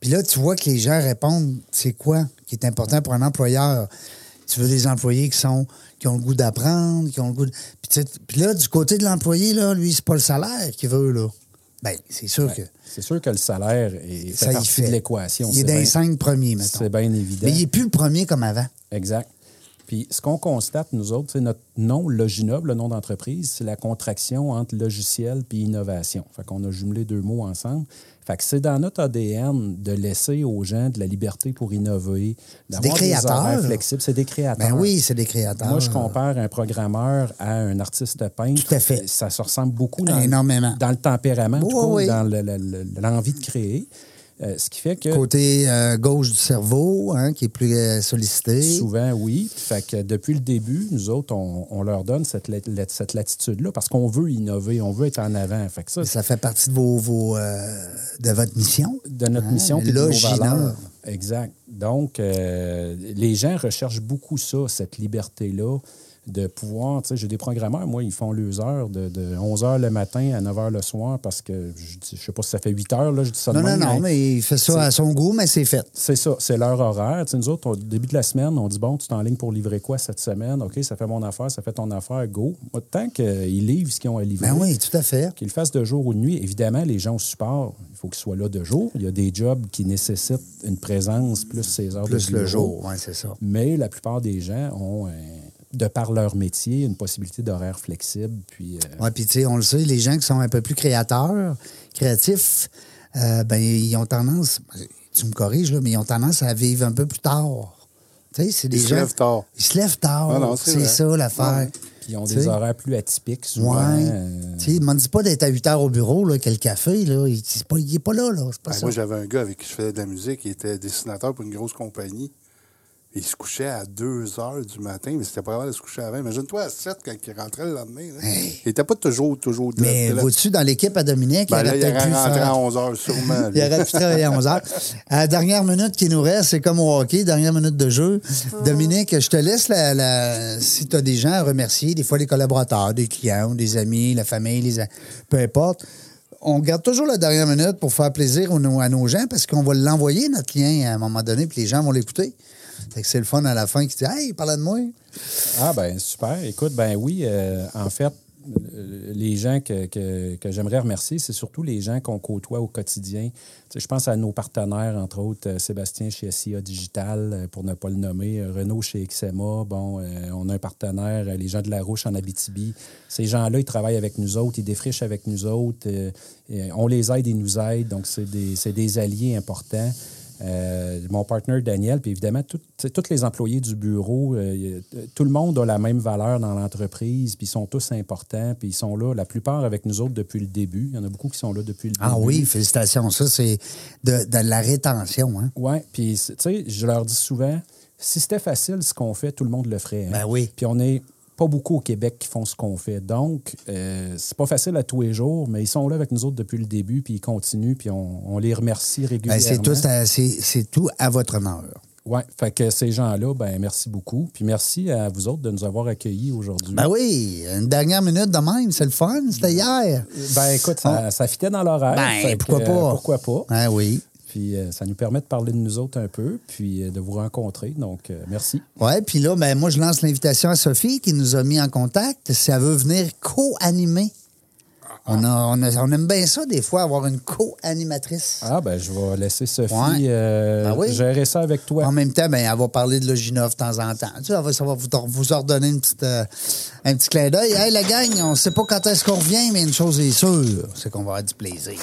Speaker 2: Puis là, tu vois que les gens répondent, c'est quoi qui est important pour un employeur? Tu veux des employés qui sont qui ont le goût d'apprendre, qui ont le goût de... Puis, tu sais, puis là, du côté de l'employé, là, lui, c'est pas le salaire qu'il veut, là. Bien, c'est sûr que
Speaker 4: C'est sûr que le salaire est, fait
Speaker 2: ça y
Speaker 4: partie
Speaker 2: fait.
Speaker 4: de l'équation.
Speaker 2: Il est
Speaker 4: C'est
Speaker 2: dans les
Speaker 4: bien-
Speaker 2: cinq premiers, mettons.
Speaker 4: C'est bien évident.
Speaker 2: Mais il n'est plus le premier comme avant.
Speaker 4: Exact. Puis ce qu'on constate, nous autres, c'est notre nom, Loginob, le nom d'entreprise, c'est la contraction entre logiciel puis innovation. Fait qu'on a jumelé deux mots ensemble. Fait que c'est dans notre ADN de laisser aux gens de la liberté pour innover, d'avoir des,
Speaker 2: créateurs.
Speaker 4: horaires flexibles. C'est des créateurs.
Speaker 2: Ben oui, c'est des créateurs.
Speaker 4: Ah Moi, je compare un programmeur à un artiste peintre.
Speaker 2: Ah. Tout à fait.
Speaker 4: Ça se ressemble beaucoup dans,
Speaker 2: Énormément.
Speaker 4: dans le tempérament, en tout
Speaker 2: Oui,
Speaker 4: cas, ou
Speaker 2: oui.
Speaker 4: dans le- le- le- l'envie de créer. Euh, ce qui fait que
Speaker 2: Côté euh, gauche du cerveau, hein, qui est plus euh, sollicité.
Speaker 4: Souvent, oui. Fait que depuis le début, nous autres, on, on leur donne cette, la- la- cette latitude-là parce qu'on veut innover, on veut être en avant. Fait que ça,
Speaker 2: Ça fait partie de, vos, vos, euh, de votre mission.
Speaker 4: de notre
Speaker 2: Hein,
Speaker 4: mission puis de nos
Speaker 2: l'ogineur.
Speaker 4: valeurs. Exact. Donc, euh, les gens recherchent beaucoup ça, cette liberté-là de pouvoir, tu sais, j'ai des programmeurs, moi, ils font leurs heures de, de 11 h le matin à 9 h le soir parce que, je, dis- je sais pas si ça fait 8 heures, là, je dis ça de
Speaker 2: Non, non,
Speaker 4: même, hein.
Speaker 2: non, mais il fait ça à son goût, mais c'est fait.
Speaker 4: C'est ça, c'est l'heure horaire. Tu sais, nous autres, au début de la semaine, on dit bon, tu t'en ligne pour livrer quoi cette semaine? OK, ça fait mon affaire, ça fait ton affaire, go. Moi, Tant qu'ils livrent ce qu'ils ont à livrer,
Speaker 2: Ben oui, tout à fait.
Speaker 4: qu'ils le fassent de jour ou de nuit, évidemment, les gens au support, il faut qu'ils soient là de jour. Il y a des jobs qui nécessitent une présence plus ces heures de
Speaker 2: Plus le
Speaker 4: bureau.
Speaker 2: jour, oui, Oh, c'est ça.
Speaker 4: Mais la plupart des gens ont, euh, de par leur métier, une possibilité d'horaire flexible. Puis, euh,
Speaker 2: Oui, puis tu sais, on le sait, les gens qui sont un peu plus créateurs, créatifs, euh, ben ils ont tendance, tu me corriges, là, mais ils ont tendance à vivre un peu plus tard. Tu sais, c'est des
Speaker 3: Ils se
Speaker 2: gens-
Speaker 3: lèvent tard.
Speaker 2: Ils se lèvent tard.
Speaker 3: Ah non, c'est
Speaker 2: c'est
Speaker 3: vrai.
Speaker 2: ça l'affaire.
Speaker 3: Ouais.
Speaker 4: puis ils ont
Speaker 2: Tu
Speaker 4: des
Speaker 2: sais.
Speaker 4: horaires plus atypiques souvent.
Speaker 2: Ouais.
Speaker 4: euh,
Speaker 2: Tu sais, ne dit pas d'être à 8 heures au bureau, là, quel café, là. Il n'est pas, il est pas là, là. C'est pas
Speaker 3: Ben,
Speaker 2: ça.
Speaker 3: moi, j'avais un gars avec qui je faisais de la musique. Il était dessinateur pour une grosse compagnie. Il se couchait à 2 h du matin, mais c'était pas grave de se coucher avant. Imagine-toi à 7 quand il rentrait le lendemain. là.
Speaker 2: Hey.
Speaker 3: Il était pas toujours, toujours là.
Speaker 2: Mais
Speaker 3: Là,
Speaker 2: vois-tu, dans l'équipe à Dominique,
Speaker 3: ben, là,
Speaker 2: il
Speaker 3: il
Speaker 2: aurait
Speaker 3: aurait
Speaker 2: peut-être pu
Speaker 3: rentré
Speaker 2: faire-
Speaker 3: à 11 h sûrement.
Speaker 2: (laughs) Il
Speaker 3: lui.
Speaker 2: aurait pu travailler à 11 heures. À la dernière minute qui nous reste, c'est comme au hockey, dernière minute de jeu. Dominique, je te laisse la, la- si tu as des gens à remercier, des fois les collaborateurs, des clients, des amis, la famille, les, a- peu importe. On garde toujours la dernière minute pour faire plaisir aux- à nos, gens parce qu'on va l'envoyer, notre lien, à un moment donné, puis les gens vont l'écouter. Fait que c'est le fun à la fin qui dit Hey, parle de moi.
Speaker 4: Ah ben super. Écoute, ben oui, euh, en fait, euh, les gens que, que- que j'aimerais remercier, c'est surtout les gens qu'on côtoie au quotidien. Tu sais, je pense à nos partenaires, entre autres euh, Sébastien chez SIA Digital, euh, pour ne pas le nommer, euh, Renaud chez XMA. Bon, euh, on a un partenaire, euh, les gens de la Roche en Abitibi. Ces gens-là, ils travaillent avec nous autres, ils défrichent avec nous autres. euh, et on les aide, ils nous aident. Donc, c'est des, c'est des alliés importants. Euh, mon partenaire Daniel, puis évidemment, tout- tu sais, tous les employés du bureau, euh, y a- euh, tout le monde a la même valeur dans l'entreprise, puis ils sont tous importants, puis ils sont là, la plupart avec nous autres depuis le début. Il y en a beaucoup qui sont là depuis le
Speaker 2: Ah
Speaker 4: début.
Speaker 2: oui, félicitations. Ça, c'est de, de la rétention. Hein?
Speaker 4: Oui, puis c'est- tu sais, je leur dis souvent, si c'était facile ce qu'on fait, tout le monde le ferait. hein.
Speaker 2: Ben oui.
Speaker 4: Puis on n'est pas beaucoup au Québec qui font ce qu'on fait. Donc, euh, c'est pas facile à tous les jours, mais ils sont là avec nous autres depuis le début, puis ils continuent, puis on, on les remercie
Speaker 2: Ben,
Speaker 4: régulièrement.
Speaker 2: c'est tout, à- c'est c'est tout à votre honneur.
Speaker 4: Oui, fait que ces gens-là, ben merci beaucoup. Puis merci à vous autres de nous avoir accueillis aujourd'hui.
Speaker 2: Ben oui, une dernière minute de même, c'est le fun, c'était hier.
Speaker 4: Ben, écoute, ça, ça fitait dans l'horaire. fait
Speaker 2: Ben,
Speaker 4: que,
Speaker 2: pourquoi
Speaker 4: euh,
Speaker 2: pas?
Speaker 4: Pourquoi pas?
Speaker 2: Ben oui.
Speaker 4: Puis euh, ça nous permet de parler de nous autres un peu, puis euh, de vous rencontrer. Donc, euh, merci.
Speaker 2: Ouais, puis là, ben, moi, je lance l'invitation à Sophie qui nous a mis en contact. Si elle veut venir co-animer,
Speaker 4: Ah,
Speaker 2: on, a- on, a- on aime bien ça, des fois, avoir une co-animatrice.
Speaker 4: Ah, ben je vais laisser Sophie
Speaker 2: Ouais.
Speaker 4: euh,
Speaker 2: Ben oui.
Speaker 4: gérer ça avec toi.
Speaker 2: En même temps, ben, elle va parler de Loginov de temps en temps. Tu sais, elle va, ça va vous, vous ordonner une petite, euh, un petit clin d'œil. Hey, la gang, on sait pas quand est-ce qu'on revient, mais une chose est sûre, c'est qu'on va avoir du plaisir.